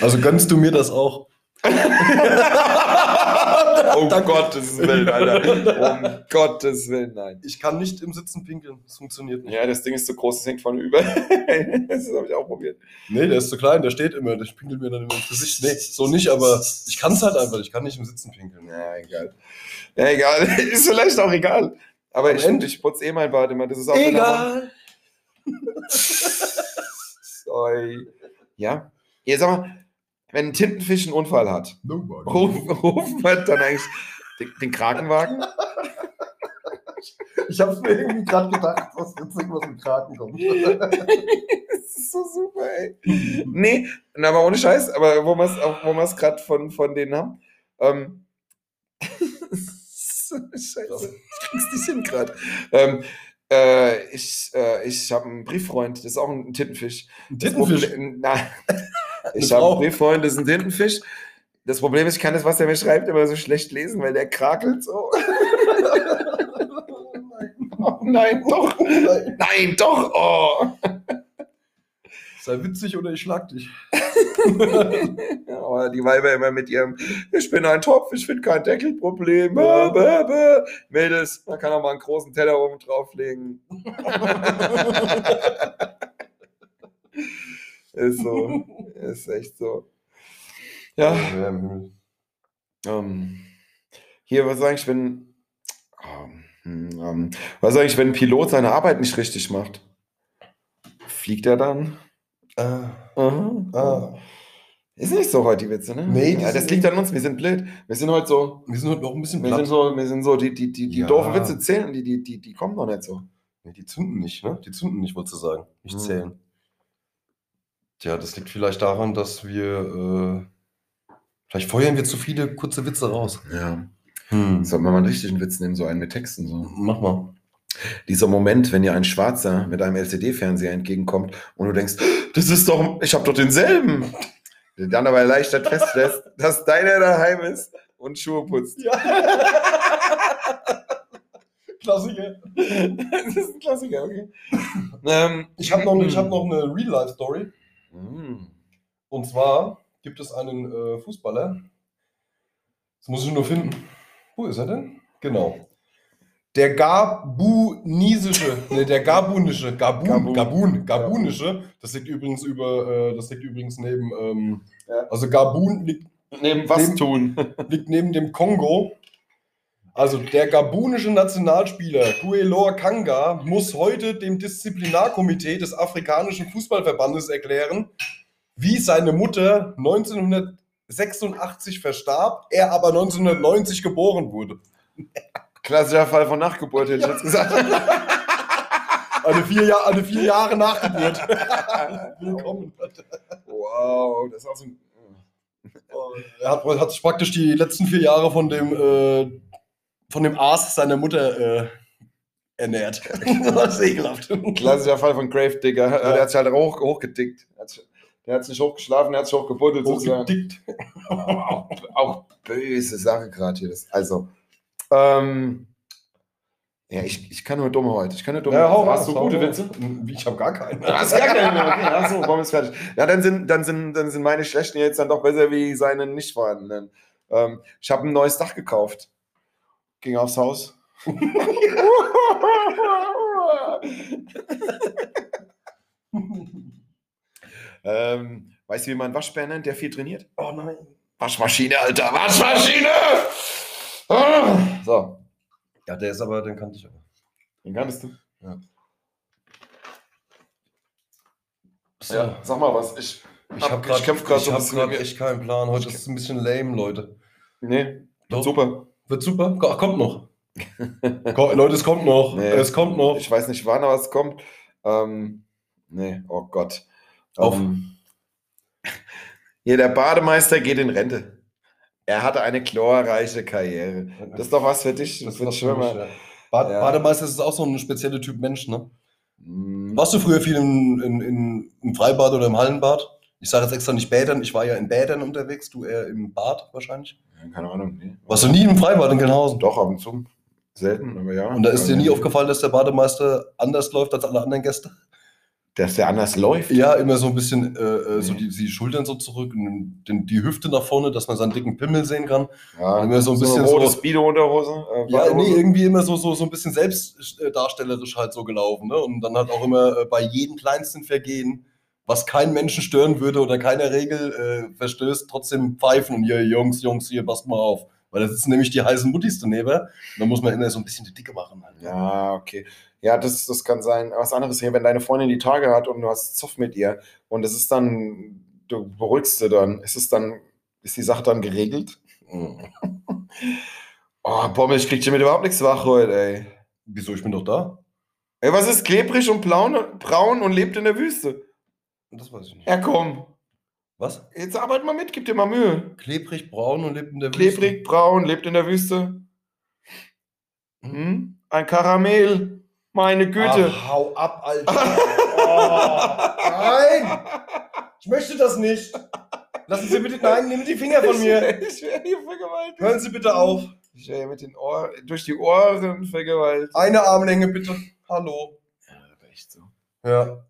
Speaker 2: Also gönnst du mir das auch?
Speaker 1: Um Gottes Willen, Alter. Um Gottes Willen, nein.
Speaker 2: Ich kann nicht im Sitzen pinkeln. Das funktioniert nicht.
Speaker 1: Ja, das Ding ist so groß, das hängt vorne über. das habe ich auch probiert.
Speaker 2: Nee, der ist zu klein, der steht immer. Der pinkelt mir dann immer ins Gesicht. Nee, so nicht, aber ich kann es halt einfach. Ich kann nicht im Sitzen pinkeln.
Speaker 1: Ja, egal. Ja, egal. ist vielleicht auch egal. Aber ich,
Speaker 2: Moment.
Speaker 1: ich putze eh mein Bad immer. Das ist auch
Speaker 2: Egal.
Speaker 1: Sorry. Ja. Jetzt sag mal, wenn ein Tintenfisch einen Unfall hat,
Speaker 2: Nobody.
Speaker 1: rufen, rufen wir dann eigentlich den, den Krankenwagen?
Speaker 2: Ich hab's mir irgendwie gerade gedacht, was witzig, was im Kraken kommt.
Speaker 1: Das ist so super, ey. Nee, na, aber ohne Scheiß, aber wo wir es gerade von, von denen haben. Ähm, so eine Scheiße, ich krieg's nicht hin gerade. Ähm, äh, ich äh, ich habe einen Brieffreund, das ist auch ein Tintenfisch. Das
Speaker 2: Tintenfisch.
Speaker 1: Problem- Na, ich
Speaker 2: Frau.
Speaker 1: habe einen Brieffreund, das ist ein Tintenfisch. Das Problem ist, ich kann das, was er mir schreibt, immer so schlecht lesen, weil der krakelt so. Oh nein, doch. Nein, doch. Oh.
Speaker 2: Sei witzig oder ich schlag dich.
Speaker 1: Ja, aber Oh, die Weiber immer mit ihrem, ich bin ein Topf, ich finde kein Deckelproblem.
Speaker 2: Ja.
Speaker 1: Bäh, bäh, bäh. Mädels, man kann auch mal einen großen Teller oben drauflegen. ist so, ist echt so. Ja,
Speaker 2: Ja, im Himmel.
Speaker 1: ähm, hier, was sage ich, wenn, ähm, ähm, was sage ich, wenn ein Pilot seine Arbeit nicht richtig macht? Fliegt er dann?
Speaker 2: Ah,
Speaker 1: Mhm.
Speaker 2: ah.
Speaker 1: Ist nicht so heute die Witze, ne?
Speaker 2: Nee, die
Speaker 1: ja, das
Speaker 2: sind-
Speaker 1: liegt an uns, wir sind blöd. Wir sind heute so,
Speaker 2: Wir sind heute noch ein bisschen
Speaker 1: wir sind
Speaker 2: platt.
Speaker 1: so, wir sind so, die, die, die, die
Speaker 2: Ja.
Speaker 1: doofen Witze zählen, die, die, die, die kommen noch nicht so.
Speaker 2: Nee, die zünden nicht, ne? Die zünden nicht, wolltest du sagen. Nicht
Speaker 1: Hm.
Speaker 2: zählen. Tja, das liegt vielleicht daran, dass wir. Äh, vielleicht feuern wir zu viele kurze Witze raus.
Speaker 1: Ja.
Speaker 2: Hm.
Speaker 1: Sollten wir mal einen richtigen Witz nehmen, so einen mit Texten so.
Speaker 2: Mach mal.
Speaker 1: Dieser Moment, wenn dir ein Schwarzer mit einem LCD-Fernseher entgegenkommt und du denkst, das ist doch, ich habe doch denselben. Der Dann aber erleichtert feststellst, dass deiner daheim ist und Schuhe putzt.
Speaker 2: Klassiker.
Speaker 1: das ist ein Klassiker, okay. ähm,
Speaker 2: Ich habe noch, eine- ich hab noch ne eine Real-Life-Story.
Speaker 1: Mm.
Speaker 2: Und zwar gibt es einen äh, Fußballer. Das muss ich nur finden. Wo ist er denn? Genau. Der Gabunisische, ne, der Gabunische, Gabun,
Speaker 1: Gabun.
Speaker 2: Gabun, Gabunische, das liegt übrigens über, äh, das liegt übrigens neben, ähm,
Speaker 1: Ja.
Speaker 2: also Gabun liegt
Speaker 1: Neben was
Speaker 2: Neben-
Speaker 1: tun?
Speaker 2: liegt neben dem Kongo. Also der gabunische Nationalspieler Guelor Kanga muss heute dem Disziplinarkomitee des Afrikanischen Fußballverbandes erklären, wie seine Mutter 1986 verstarb, er aber 1990 geboren wurde.
Speaker 1: Klassischer Fall von Nachgeburt, hätte ich jetzt gesagt.
Speaker 2: Alle vier, Jahr, alle vier Jahre Nachgeburt. Willkommen.
Speaker 1: Wow, das ist auch so ein.
Speaker 2: Er hat, hat sich praktisch die letzten vier Jahre von dem, äh, von dem Aas seiner Mutter äh, ernährt. das ist ekelhaft.
Speaker 1: Klassischer Fall von Grave Digger.
Speaker 2: Ja.
Speaker 1: Der hat sich halt hoch, hochgedickt. Der hat sich- Der hat sich nicht hochgeschlafen, der hat sich hochgebuddelt. sozusagen.
Speaker 2: Hochgedickt.
Speaker 1: Auch, auch böse Sache gerade hier. Das, also, ähm, ja, ich, ich kann nur dumm heute. Ich kann nur dumm. Hast du gute Witze?
Speaker 2: Hm, Ich habe gar keinen.
Speaker 1: Hast gar keine mehr. Okay, ach so, Bombe Oh, ist fertig. Ja, dann sind, dann sind, dann sind meine schlechten jetzt dann doch besser wie seine nicht vorhandenen. Ähm, ich habe ein neues Dach gekauft. Ging aufs Haus. ähm, weißt du, wie man Waschbär nennt, der viel trainiert?
Speaker 2: Oh nein.
Speaker 1: Waschmaschine, Alter, Waschmaschine! Ah, so,
Speaker 2: Ja, der ist aber, den kannte ich aber.
Speaker 1: den kannst du.
Speaker 2: So.
Speaker 1: Ja, sag mal was. Ich,
Speaker 2: Ich habe
Speaker 1: Ich
Speaker 2: gerade
Speaker 1: kämpf grad so ein
Speaker 2: hab
Speaker 1: bisschen
Speaker 2: grad
Speaker 1: mit mir.
Speaker 2: echt keinen Plan. Heute ist es ein bisschen lame, Leute.
Speaker 1: nee,
Speaker 2: Doch.
Speaker 1: super.
Speaker 2: Wird super. Ko- Kommt noch. Ko- Leute, es kommt noch.
Speaker 1: Nee.
Speaker 2: Es kommt noch.
Speaker 1: Ich weiß nicht, wann aber es kommt. Ähm, nee, oh Gott.
Speaker 2: Auf.
Speaker 1: Ähm, hier, der Bademeister geht in Rente. Er hatte eine glorreiche Karriere. Das ist doch was für dich. Das
Speaker 2: Das ist
Speaker 1: wird
Speaker 2: was für
Speaker 1: schon
Speaker 2: mich,
Speaker 1: mal.
Speaker 2: ja. Bad,
Speaker 1: Ja.
Speaker 2: Bademeister ist auch so ein spezieller Typ Mensch, ne?
Speaker 1: Mm,
Speaker 2: Warst du früher viel in, in, in, im Freibad oder im Hallenbad? Ich sage jetzt extra nicht Bädern, ich war ja in Bädern unterwegs, du eher im Bad wahrscheinlich.
Speaker 1: Keine Ahnung. Nee.
Speaker 2: Warst du nie im Freibad in Gelnhausen?
Speaker 1: Doch, ab und zu. Selten, aber ja.
Speaker 2: Und da ist dir
Speaker 1: Ähm,
Speaker 2: nie aufgefallen, dass der Bademeister anders läuft als alle anderen Gäste?
Speaker 1: dass der anders läuft.
Speaker 2: Ja, immer so ein bisschen äh, äh, so die, die Schultern so zurück und den, die Hüfte nach vorne, dass man seinen dicken Pimmel sehen kann.
Speaker 1: Ja,
Speaker 2: Immer so ein bisschen
Speaker 1: eine rote
Speaker 2: so-
Speaker 1: Speedo-Unterhose. äh,
Speaker 2: Ja, nee,
Speaker 1: Badehose.
Speaker 2: irgendwie immer so, so, so ein bisschen selbstdarstellerisch halt so gelaufen. Ne? Und dann hat auch immer äh, bei jedem kleinsten Vergehen, was keinen Menschen stören würde oder keiner Regel äh, verstößt, trotzdem pfeifen und hier, Jungs, Jungs, hier, passt mal auf. Weil da sitzen nämlich die heißen Muttis daneben. Und dann muss man immer so ein bisschen die Dicke machen. Halt.
Speaker 1: Ja, okay. Ja, das, das kann sein. Was anderes hier, wenn deine Freundin die Tage hat und du hast Zoff mit ihr und es ist dann, du beruhigst sie dann, ist es dann, ist die Sache dann geregelt?
Speaker 2: Mhm.
Speaker 1: Oh, Bommel, ich krieg dir mit überhaupt nichts wach heute, ey.
Speaker 2: Wieso, ich bin doch da?
Speaker 1: Ey, was ist klebrig und blaun, braun und lebt in der Wüste?
Speaker 2: Das weiß ich nicht.
Speaker 1: Ja, komm.
Speaker 2: Was?
Speaker 1: Jetzt arbeit mal mit, gib dir mal Mühe.
Speaker 2: Klebrig, braun und lebt in der Wüste.
Speaker 1: Klebrig, braun, lebt in der Wüste. Hm? Ein Karamell. Meine Güte.
Speaker 2: Ach, Ah, hau ab, Alter. Oh, nein! Ich möchte das nicht. Lassen Sie bitte, nein, nehmen Sie die Finger von mir.
Speaker 1: Ich werde hier vergewaltigt.
Speaker 2: Hören Sie bitte auf.
Speaker 1: Ich werde mit den Ohren, durch die Ohren vergewaltigt.
Speaker 2: Eine Armlänge bitte. Hallo.
Speaker 1: Echt so.
Speaker 2: Ja.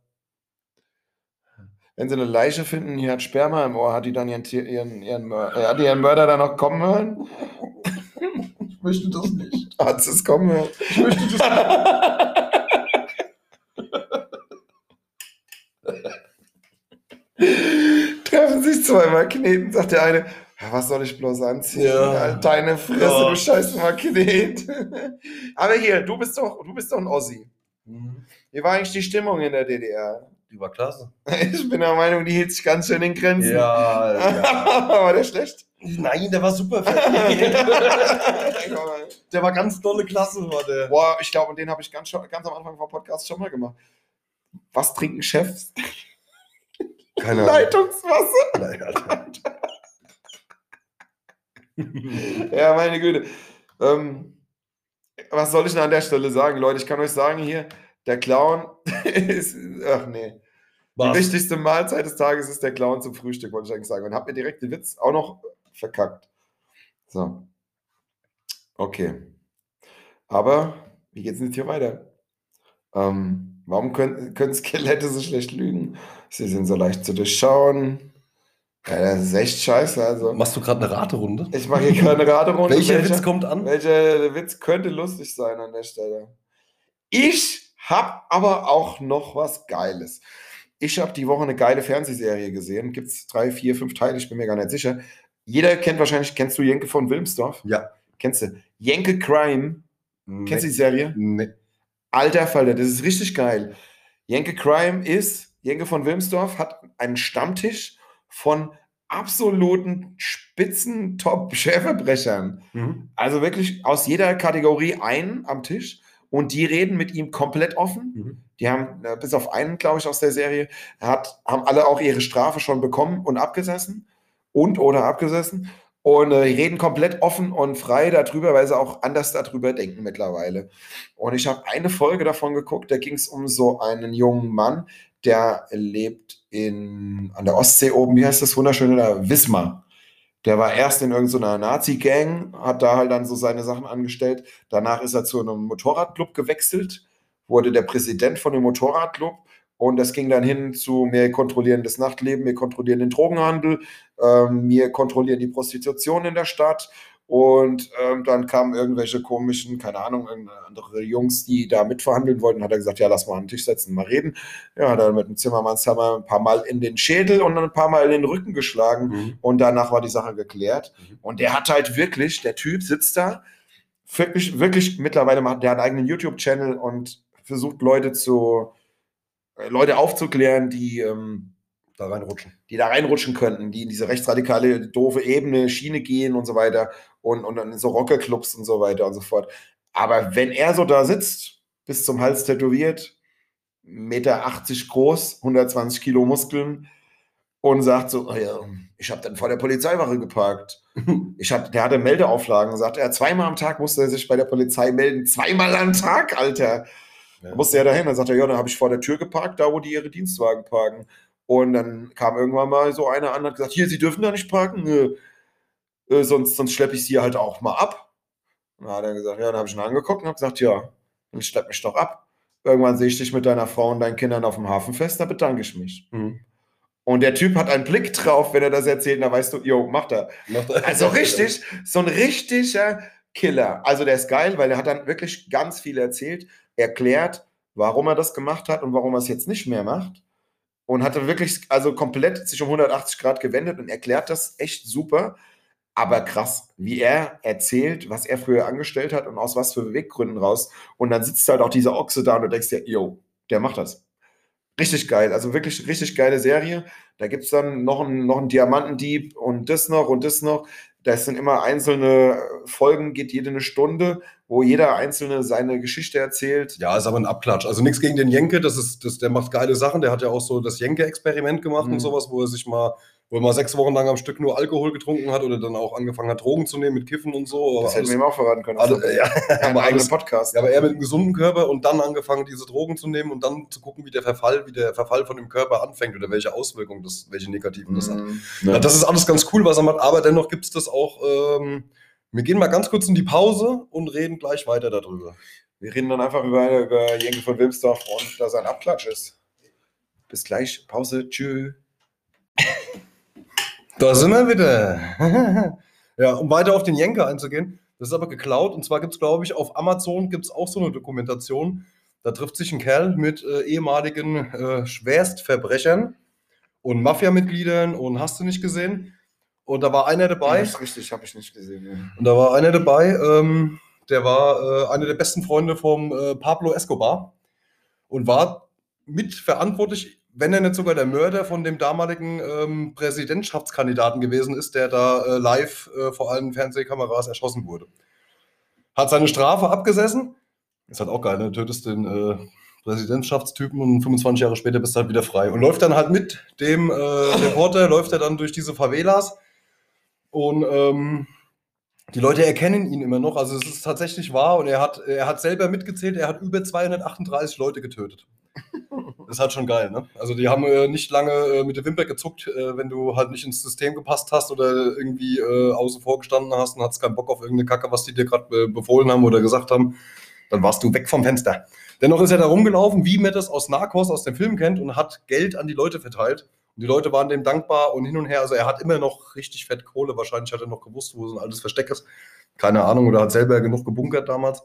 Speaker 1: Wenn sie eine Leiche finden, die hat Sperma im Ohr, hat die dann ihren, Tier- ihren, ihren, Mör- äh, hat die ihren Mörder dann noch kommen hören?
Speaker 2: Ich möchte das nicht.
Speaker 1: Hat sie es kommen hören?
Speaker 2: Ich möchte das nicht.
Speaker 1: Treffen sich zweimal kneten, sagt der eine. Ja, was soll ich bloß anziehen? Halt
Speaker 2: Ja.
Speaker 1: Deine Fresse,
Speaker 2: Ja.
Speaker 1: du scheiß Magnet. Aber hier, du bist doch, du bist doch ein Ossi. Wie war eigentlich die Stimmung in der DDR?
Speaker 2: Hm. Die war klasse.
Speaker 1: Ich bin der Meinung, die hielt sich ganz schön in Grenzen.
Speaker 2: ja.
Speaker 1: war der schlecht?
Speaker 2: Nein, der war super. der war ganz dolle Klasse, war der.
Speaker 1: Boah, ich glaube, den habe ich ganz, schon- ganz am Anfang vom Podcast schon mal gemacht. Was trinken Chefs?
Speaker 2: Keine
Speaker 1: Leitungswasser.
Speaker 2: Nein, Alter.
Speaker 1: Ja, meine Güte. Ähm, was soll ich denn an der Stelle sagen, Leute? Ich kann euch sagen hier, der Clown ist, ach nee. Die
Speaker 2: Was?
Speaker 1: wichtigste Mahlzeit des Tages ist der Clown zum Frühstück, wollte ich eigentlich sagen. Und hab mir direkt den Witz auch noch verkackt. So. Okay. Aber wie geht's denn jetzt hier weiter? Ähm, warum können, können Skelette so schlecht lügen? Sie sind so leicht zu durchschauen. Ja, das ist echt scheiße. Also,
Speaker 2: Machst du gerade eine Raterunde?
Speaker 1: ich mache hier keine Raderunde.
Speaker 2: Welcher Witz kommt an?
Speaker 1: Welcher Witz könnte lustig sein an der Stelle? Ich habe aber auch noch was Geiles. Ich habe die Woche eine geile Fernsehserie gesehen. Gibt es drei, vier, fünf Teile, ich bin mir gar nicht sicher. Jeder kennt wahrscheinlich, kennst du Jenke von Wilmsdorf?
Speaker 2: Ja.
Speaker 1: Kennst du? Jenke Crime. Kennst du die Serie?
Speaker 2: Nee.
Speaker 1: Alter Falter, das ist richtig geil. Jenke Crime ist, Jenke von Wilmsdorf hat einen Stammtisch von absoluten Spitzen Top-Schwerverbrechern.
Speaker 2: Mhm.
Speaker 1: Also wirklich aus jeder Kategorie einen am Tisch und die reden mit ihm komplett offen.
Speaker 2: Mhm.
Speaker 1: Die haben, äh, bis auf einen, glaube ich, aus der Serie, hat, haben alle auch ihre Strafe schon bekommen und abgesessen und oder abgesessen und äh, die reden komplett offen und frei darüber, weil sie auch anders darüber denken mittlerweile. Und ich habe eine Folge davon geguckt, da ging es um so einen jungen Mann, der lebt in, an der Ostsee oben, wie heißt das wunderschöne da? Wismar. Der war erst in irgendeiner Nazi-Gang, hat da halt dann so seine Sachen angestellt. Danach ist er zu einem Motorradclub gewechselt, wurde der Präsident von dem Motorradclub und das ging dann hin zu, wir kontrollieren das Nachtleben, wir kontrollieren den Drogenhandel, ähm, wir kontrollieren die Prostitution in der Stadt und ähm, dann kamen irgendwelche komischen, keine Ahnung, irgendeine andere Jungs, die da mitverhandeln wollten, hat er gesagt, ja, lass mal an den Tisch setzen, mal reden. Ja, dann mit dem Zimmermannshammer ein paar Mal in den Schädel und dann ein paar Mal in den Rücken geschlagen
Speaker 2: Mhm.
Speaker 1: und danach war die Sache geklärt.
Speaker 2: Mhm.
Speaker 1: Und der hat halt wirklich, der Typ sitzt da, wirklich, wirklich mittlerweile macht, der hat einen eigenen YouTube-Channel und versucht Leute zu, äh, Leute aufzuklären, die, ähm,
Speaker 2: Da reinrutschen.
Speaker 1: die da reinrutschen könnten, die in diese rechtsradikale, doofe Ebene, Schiene gehen und so weiter und, und dann in so Rockerclubs und so weiter und so fort. Aber wenn er so da sitzt, bis zum Hals tätowiert, 1,80 Meter groß, 120 Kilo Muskeln und sagt so, oh ja, ich habe dann vor der Polizeiwache geparkt. Ich hab, der hatte Meldeauflagen, sagt er, zweimal am Tag musste er sich bei der Polizei melden. Zweimal am Tag, Alter.
Speaker 2: Ja.
Speaker 1: Da musste er dahin. Dann sagt er, ja, dann habe ich vor der Tür geparkt, da wo die ihre Dienstwagen parken. Und dann kam irgendwann mal so einer an und hat gesagt, hier, Sie dürfen da nicht parken, äh, äh, sonst, sonst schleppe ich Sie halt auch mal ab. Und dann hat er gesagt, ja, dann habe ich ihn angeguckt und habe gesagt, ja, dann schlepp mich doch ab. Irgendwann sehe ich dich mit deiner Frau und deinen Kindern auf dem Hafenfest, da bedanke ich mich.
Speaker 2: Hm.
Speaker 1: Und der Typ hat einen Blick drauf, wenn er das erzählt, da weißt du, yo, macht er.
Speaker 2: Macht-
Speaker 1: Also richtig, so ein richtiger Killer. Also der ist geil, weil er hat dann wirklich ganz viel erzählt, erklärt, warum er das gemacht hat und warum er es jetzt nicht mehr macht. Und hat dann wirklich, also komplett sich um 180 Grad gewendet und erklärt das echt super. Aber krass, wie er erzählt, was er früher angestellt hat und aus was für Beweggründen raus. Und dann sitzt halt auch dieser Ochse da und du denkst dir, yo, der macht das. Richtig geil, also wirklich richtig geile Serie. Da gibt es dann noch einen, noch einen Diamantendieb und das noch und das noch. Das sind immer einzelne äh, Folgen, geht jede eine Stunde, wo jeder Einzelne seine Geschichte erzählt.
Speaker 2: Ja, ist aber ein Abklatsch. Also nichts gegen den Jenke, das ist, das, der macht geile Sachen. Der hat ja auch so das Jenke-Experiment gemacht
Speaker 1: Mhm.
Speaker 2: und sowas, wo er sich mal, wo er mal sechs Wochen lang am Stück nur Alkohol getrunken hat oder dann auch angefangen hat, Drogen zu nehmen mit Kiffen und so.
Speaker 1: Das
Speaker 2: Aber,
Speaker 1: hätten
Speaker 2: alles,
Speaker 1: wir ihm auch verraten können.
Speaker 2: alles, ja,
Speaker 1: aber eigenen
Speaker 2: aber alles,
Speaker 1: Podcast.
Speaker 2: ja, aber er mit einem gesunden Körper und dann angefangen, diese Drogen zu nehmen und dann zu gucken, wie der Verfall, wie der Verfall von dem Körper anfängt oder welche Auswirkungen das, welche negativen das hat.
Speaker 1: Mhm.
Speaker 2: Ja, das ist alles ganz cool, was er macht, aber dennoch gibt es das auch. Ähm, wir gehen mal ganz kurz in die Pause und reden gleich weiter darüber.
Speaker 1: Wir reden dann einfach über, über Jenke von Wilmsdorf und dass er ein Abklatsch ist. Bis gleich. Pause. Tschüss.
Speaker 2: Da sind wir wieder. ja, um weiter auf den Jenker einzugehen, das ist aber geklaut. Und zwar gibt es, glaube ich, auf Amazon gibt es auch so eine Dokumentation. Da trifft sich ein Kerl mit äh, ehemaligen äh, Schwerstverbrechern und Mafia-Mitgliedern und hast du nicht gesehen. Und da war einer dabei.
Speaker 1: ist richtig, habe ich nicht gesehen.
Speaker 2: Und da war einer dabei, ähm, der war äh, einer der besten Freunde vom äh, Pablo Escobar und war mitverantwortlich, wenn er nicht sogar der Mörder von dem damaligen ähm, Präsidentschaftskandidaten gewesen ist, der da äh, live äh, vor allen Fernsehkameras erschossen wurde. Hat seine Strafe abgesessen. Ist halt auch geil, ne? Tötest den äh, Präsidentschaftstypen und 25 Jahre später bist du halt wieder frei. Und läuft dann halt mit dem äh, Reporter, läuft er dann durch diese Favelas und ähm, die Leute erkennen ihn immer noch. Also es ist tatsächlich wahr und er hat, er hat selber mitgezählt, er hat über 238 Leute getötet. Das ist halt schon geil, ne? Also die haben äh, nicht lange äh, mit der Wimper gezuckt, äh, wenn du halt nicht ins System gepasst hast oder irgendwie äh, außen vor gestanden hast und hattest keinen Bock auf irgendeine Kacke, was die dir gerade äh, befohlen haben oder gesagt haben. Dann warst du weg vom Fenster. Dennoch ist er da rumgelaufen, wie man das aus Narcos aus dem Film kennt und hat Geld an die Leute verteilt. Und die Leute waren dem dankbar und hin und her. Also er hat immer noch richtig fett Kohle. Wahrscheinlich hat er noch gewusst, wo so ein altes Versteck ist. Keine Ahnung, oder hat selber genug gebunkert damals.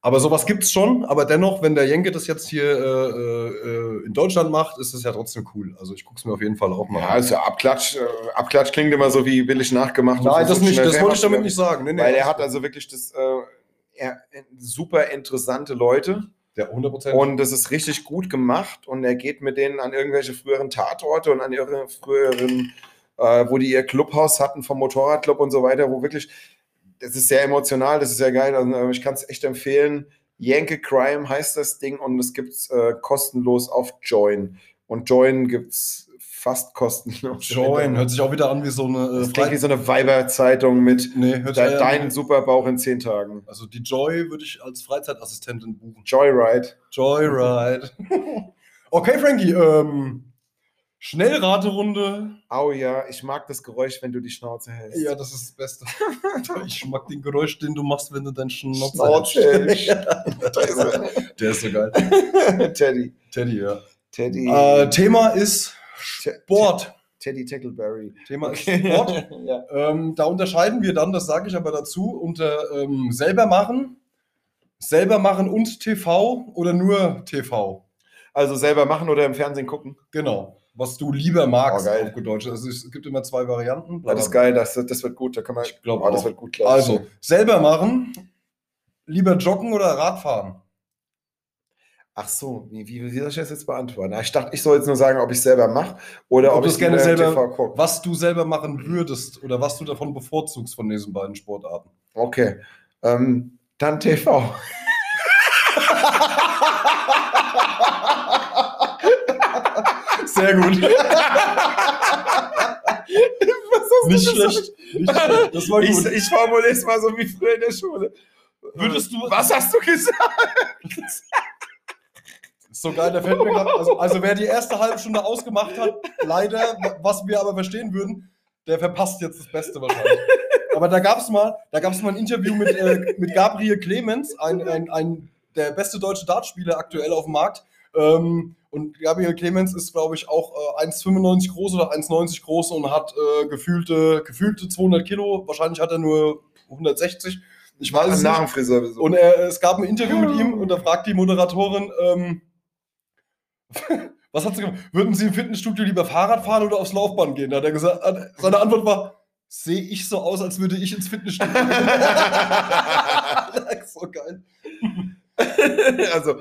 Speaker 2: Aber sowas gibt's schon. Aber dennoch, wenn der Jenke das jetzt hier äh, äh, in Deutschland macht, ist es ja trotzdem cool. Also ich guck's mir auf jeden Fall auch mal
Speaker 1: Ja,
Speaker 2: an.
Speaker 1: also Abklatsch, äh, Abklatsch klingt immer so wie billig nachgemacht. und
Speaker 2: Nein,
Speaker 1: so
Speaker 2: das nicht.
Speaker 1: schnell
Speaker 2: Das wollte ich damit
Speaker 1: gemacht.
Speaker 2: nicht sagen. Nee, nee,
Speaker 1: Weil
Speaker 2: das-
Speaker 1: er hat also wirklich das, äh, er, super interessante Leute.
Speaker 2: Ja, 100%.
Speaker 1: Und das ist richtig gut gemacht und er geht mit denen an irgendwelche früheren Tatorte und an ihre früheren, äh, wo die ihr Clubhaus hatten vom Motorradclub und so weiter, wo wirklich, das ist sehr emotional, das ist sehr geil. Also, äh, ich kann es echt empfehlen. Yankee Crime heißt das Ding und es gibt es äh, kostenlos auf Join. Und Join gibt es fast kostenlos.
Speaker 2: Join. Hört sich auch wieder an wie so eine.
Speaker 1: Das klingt wie so eine Weiberzeitung mit
Speaker 2: nee, hört sich
Speaker 1: de
Speaker 2: eher-
Speaker 1: dein Superbauch in zehn Tagen.
Speaker 2: Also die Joy würde ich als Freizeitassistentin buchen.
Speaker 1: Joyride.
Speaker 2: Joyride. okay, Frankie, ähm, Schnellraterunde.
Speaker 1: Au ja, ich mag das Geräusch, wenn du die Schnauze hältst.
Speaker 2: Ja, das ist das Beste. ich mag den Geräusch, den du machst, wenn du deinen Schnauze
Speaker 1: Schnauze.
Speaker 2: Der ist so geil.
Speaker 1: Teddy.
Speaker 2: Teddy, ja.
Speaker 1: Teddy.
Speaker 2: Äh, Thema ist
Speaker 1: Te-
Speaker 2: Sport.
Speaker 1: Teddy Tackleberry.
Speaker 2: Thema ist Sport.
Speaker 1: ja.
Speaker 2: Ähm, da unterscheiden wir dann, das sage ich aber dazu, unter ähm, selber machen, selber machen und TV oder nur TV.
Speaker 1: Also selber machen oder im Fernsehen gucken.
Speaker 2: Genau. Was du lieber magst,
Speaker 1: Oh, geil.
Speaker 2: auf gut Deutsch. Also es gibt immer zwei Varianten.
Speaker 1: Ja, das ist geil, das, das wird gut. Da kann man,
Speaker 2: Ich glaub
Speaker 1: oh, das
Speaker 2: auch.
Speaker 1: wird gut, glaub ich.
Speaker 2: Also, selber machen, lieber joggen oder Radfahren?
Speaker 1: Ach so, wie, wie, wie soll ich das jetzt beantworten? Na, Ich dachte, ich soll jetzt nur sagen, ob ich selber mache oder
Speaker 2: Ob
Speaker 1: ob,
Speaker 2: du
Speaker 1: ich
Speaker 2: es gerne
Speaker 1: lieber im
Speaker 2: selber-
Speaker 1: TV gucke.
Speaker 2: Was du selber machen würdest oder was du davon bevorzugst von diesen beiden Sportarten?
Speaker 1: Okay. Ähm, dann TV.
Speaker 2: Sehr gut. Nicht schlecht. Nicht schlecht. Das war
Speaker 1: Ich,
Speaker 2: Oh, gut.
Speaker 1: ich formuliere es mal so wie früher in der Schule.
Speaker 2: Würdest du-
Speaker 1: Was hast du gesagt?
Speaker 2: So geil, der fällt mir grad, also, also wer die erste halbe Stunde ausgemacht hat, leider, was wir aber verstehen würden, der verpasst jetzt das Beste wahrscheinlich. Aber da gab es mal, da gab's mal ein Interview mit, äh, mit Gabriel Clemens, ein, ein, ein der beste deutsche Dartspieler aktuell auf dem Markt. Ähm, und Gabriel Clemens ist, glaube ich, auch äh, 1,95 groß oder 1,90 groß und hat äh, gefühlte, gefühlte 200 Kilo. Wahrscheinlich hat er nur 160. Ich weiß es
Speaker 1: Nach dem
Speaker 2: nicht.
Speaker 1: Friseur besucht.
Speaker 2: Und er, es gab ein Interview mit ihm und da fragt die Moderatorin, ähm, was hat sie gemacht? Würden Sie im Fitnessstudio lieber Fahrrad fahren oder aufs Laufband gehen? Da hat er gesagt, hat- seine Antwort war, sehe ich so aus, als würde ich ins Fitnessstudio gehen. so geil.
Speaker 1: also,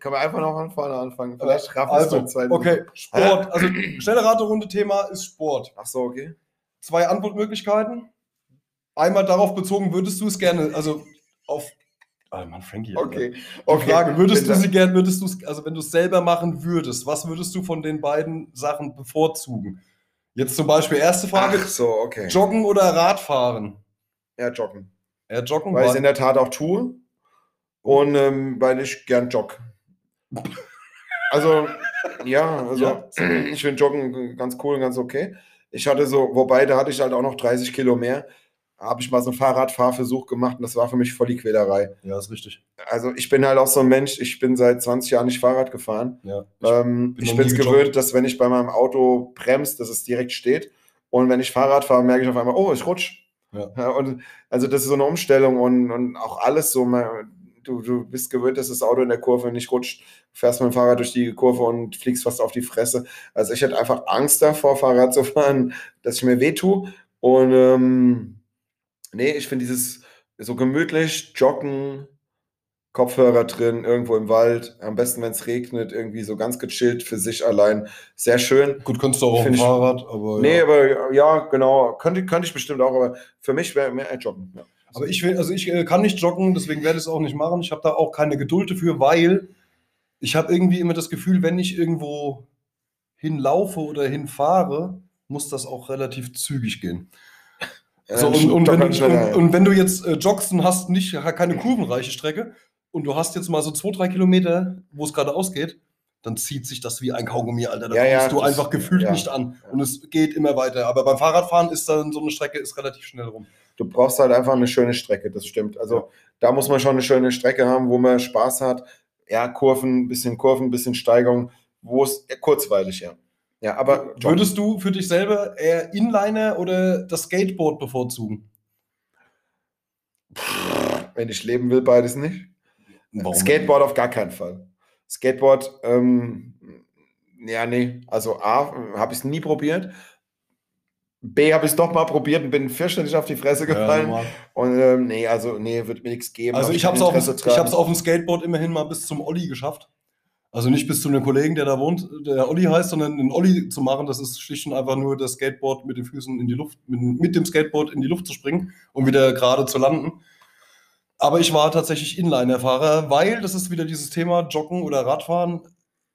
Speaker 1: können wir einfach noch von vorne anfangen. Vielleicht raffen wir es
Speaker 2: Also,
Speaker 1: beim zweiten.
Speaker 2: okay, Sport. Also, schnelle Raterunde Thema ist Sport.
Speaker 1: Ach so, okay.
Speaker 2: Zwei Antwortmöglichkeiten. Einmal darauf bezogen, würdest du es gerne, also auf. Oh Mann, Frankie. Alter.
Speaker 1: Okay.
Speaker 2: Die
Speaker 1: okay.
Speaker 2: Frage,
Speaker 1: Bin
Speaker 2: würdest du
Speaker 1: da-
Speaker 2: sie gern, würdest du es, also wenn du es selber machen würdest, was würdest du von den beiden Sachen bevorzugen? Jetzt zum Beispiel erste Frage,
Speaker 1: Ach so, okay.
Speaker 2: Joggen oder Radfahren?
Speaker 1: ja, joggen.
Speaker 2: Ja, Joggen
Speaker 1: Weil ich es
Speaker 2: war,
Speaker 1: in der Tat auch tue. Und ähm, weil ich gern jogge. Also, ja, also ich finde Joggen ganz cool und ganz okay. Ich hatte so, wobei, da hatte ich halt auch noch 30 Kilo mehr. Habe ich mal so einen Fahrradfahrversuch gemacht und das war für mich voll die Quälerei.
Speaker 2: ja, ist richtig.
Speaker 1: Also ich bin halt auch so ein Mensch, ich bin seit 20 Jahren nicht Fahrrad gefahren.
Speaker 2: Ja.
Speaker 1: Ähm,
Speaker 2: bin
Speaker 1: ich
Speaker 2: noch
Speaker 1: bin es
Speaker 2: nie gejoggt.
Speaker 1: gewöhnt, dass wenn ich bei meinem Auto bremst, dass es direkt steht. Und wenn ich Fahrrad fahre, merke ich auf einmal, oh, ich rutsch.
Speaker 2: Ja.
Speaker 1: Ja, und also das ist so eine Umstellung und, und auch alles so. man- Du, du bist gewöhnt, dass das Auto in der Kurve nicht rutscht. Fährst mit dem Fahrrad durch die Kurve und fliegst fast auf die Fresse. Also ich hatte einfach Angst davor, Fahrrad zu fahren, dass ich mir wehtue. Und ähm, nee, ich finde dieses so gemütlich, joggen, Kopfhörer drin, irgendwo im Wald, am besten, wenn es regnet, irgendwie so ganz gechillt für sich allein. Sehr schön.
Speaker 2: Gut, kannst du auch auf
Speaker 1: Find
Speaker 2: dem
Speaker 1: ich-
Speaker 2: Fahrrad, aber.
Speaker 1: Nee,
Speaker 2: ja.
Speaker 1: aber ja, genau, könnte, könnte ich bestimmt auch, aber für mich wäre mehr Joggen. Ja.
Speaker 2: Aber ich will, also ich äh, kann nicht joggen, deswegen werde ich es auch nicht machen. Ich habe da auch keine Geduld dafür, weil ich habe irgendwie immer das Gefühl, wenn ich irgendwo hinlaufe oder hinfahre, muss das auch relativ zügig gehen. So,
Speaker 1: Dann
Speaker 2: also und, und,
Speaker 1: joggt
Speaker 2: wenn du,
Speaker 1: man schneller,
Speaker 2: und,
Speaker 1: ja.
Speaker 2: und wenn du jetzt äh, joggst und hast nicht keine kurvenreiche Strecke und du hast jetzt mal so zwei, drei Kilometer, wo es gerade ausgeht, dann zieht sich das wie ein Kaugummi, Alter. Da
Speaker 1: Ja, ja,
Speaker 2: kommst du
Speaker 1: das-
Speaker 2: einfach gefühlt
Speaker 1: ja.
Speaker 2: nicht an. Und es geht immer weiter. Aber beim Fahrradfahren ist dann so eine Strecke ist relativ schnell rum.
Speaker 1: Du brauchst halt einfach eine schöne Strecke, das stimmt. Also da muss man schon eine schöne Strecke haben, wo man Spaß hat. Ja, Kurven, bisschen Kurven, bisschen Steigung, wo es ja, kurzweilig, ja. Ja, aber Joggen.
Speaker 2: Würdest du für dich selber eher Inliner oder das Skateboard bevorzugen?
Speaker 1: wenn ich leben will, beides nicht. Skateboard auf gar keinen Fall. Skateboard, ähm, ja, nee. Also A, habe ich es nie probiert. B, habe ich es doch mal probiert und bin fürchterlich auf die Fresse gefallen. und ähm, nee, also nee, wird mir nichts geben.
Speaker 2: Also
Speaker 1: Hab
Speaker 2: ich habe es
Speaker 1: kein
Speaker 2: auf,
Speaker 1: Interesse
Speaker 2: ich hab's
Speaker 1: dran.
Speaker 2: auf dem Skateboard immerhin mal bis zum Olli geschafft. Also nicht bis zu einem Kollegen, der da wohnt, der Olli heißt, sondern einen Olli zu machen, das ist schlicht und einfach nur das Skateboard mit den Füßen in die Luft, mit, mit dem Skateboard in die Luft zu springen und wieder gerade zu landen. Aber ich war tatsächlich Inliner-Fahrer, weil das ist wieder dieses Thema Joggen oder Radfahren.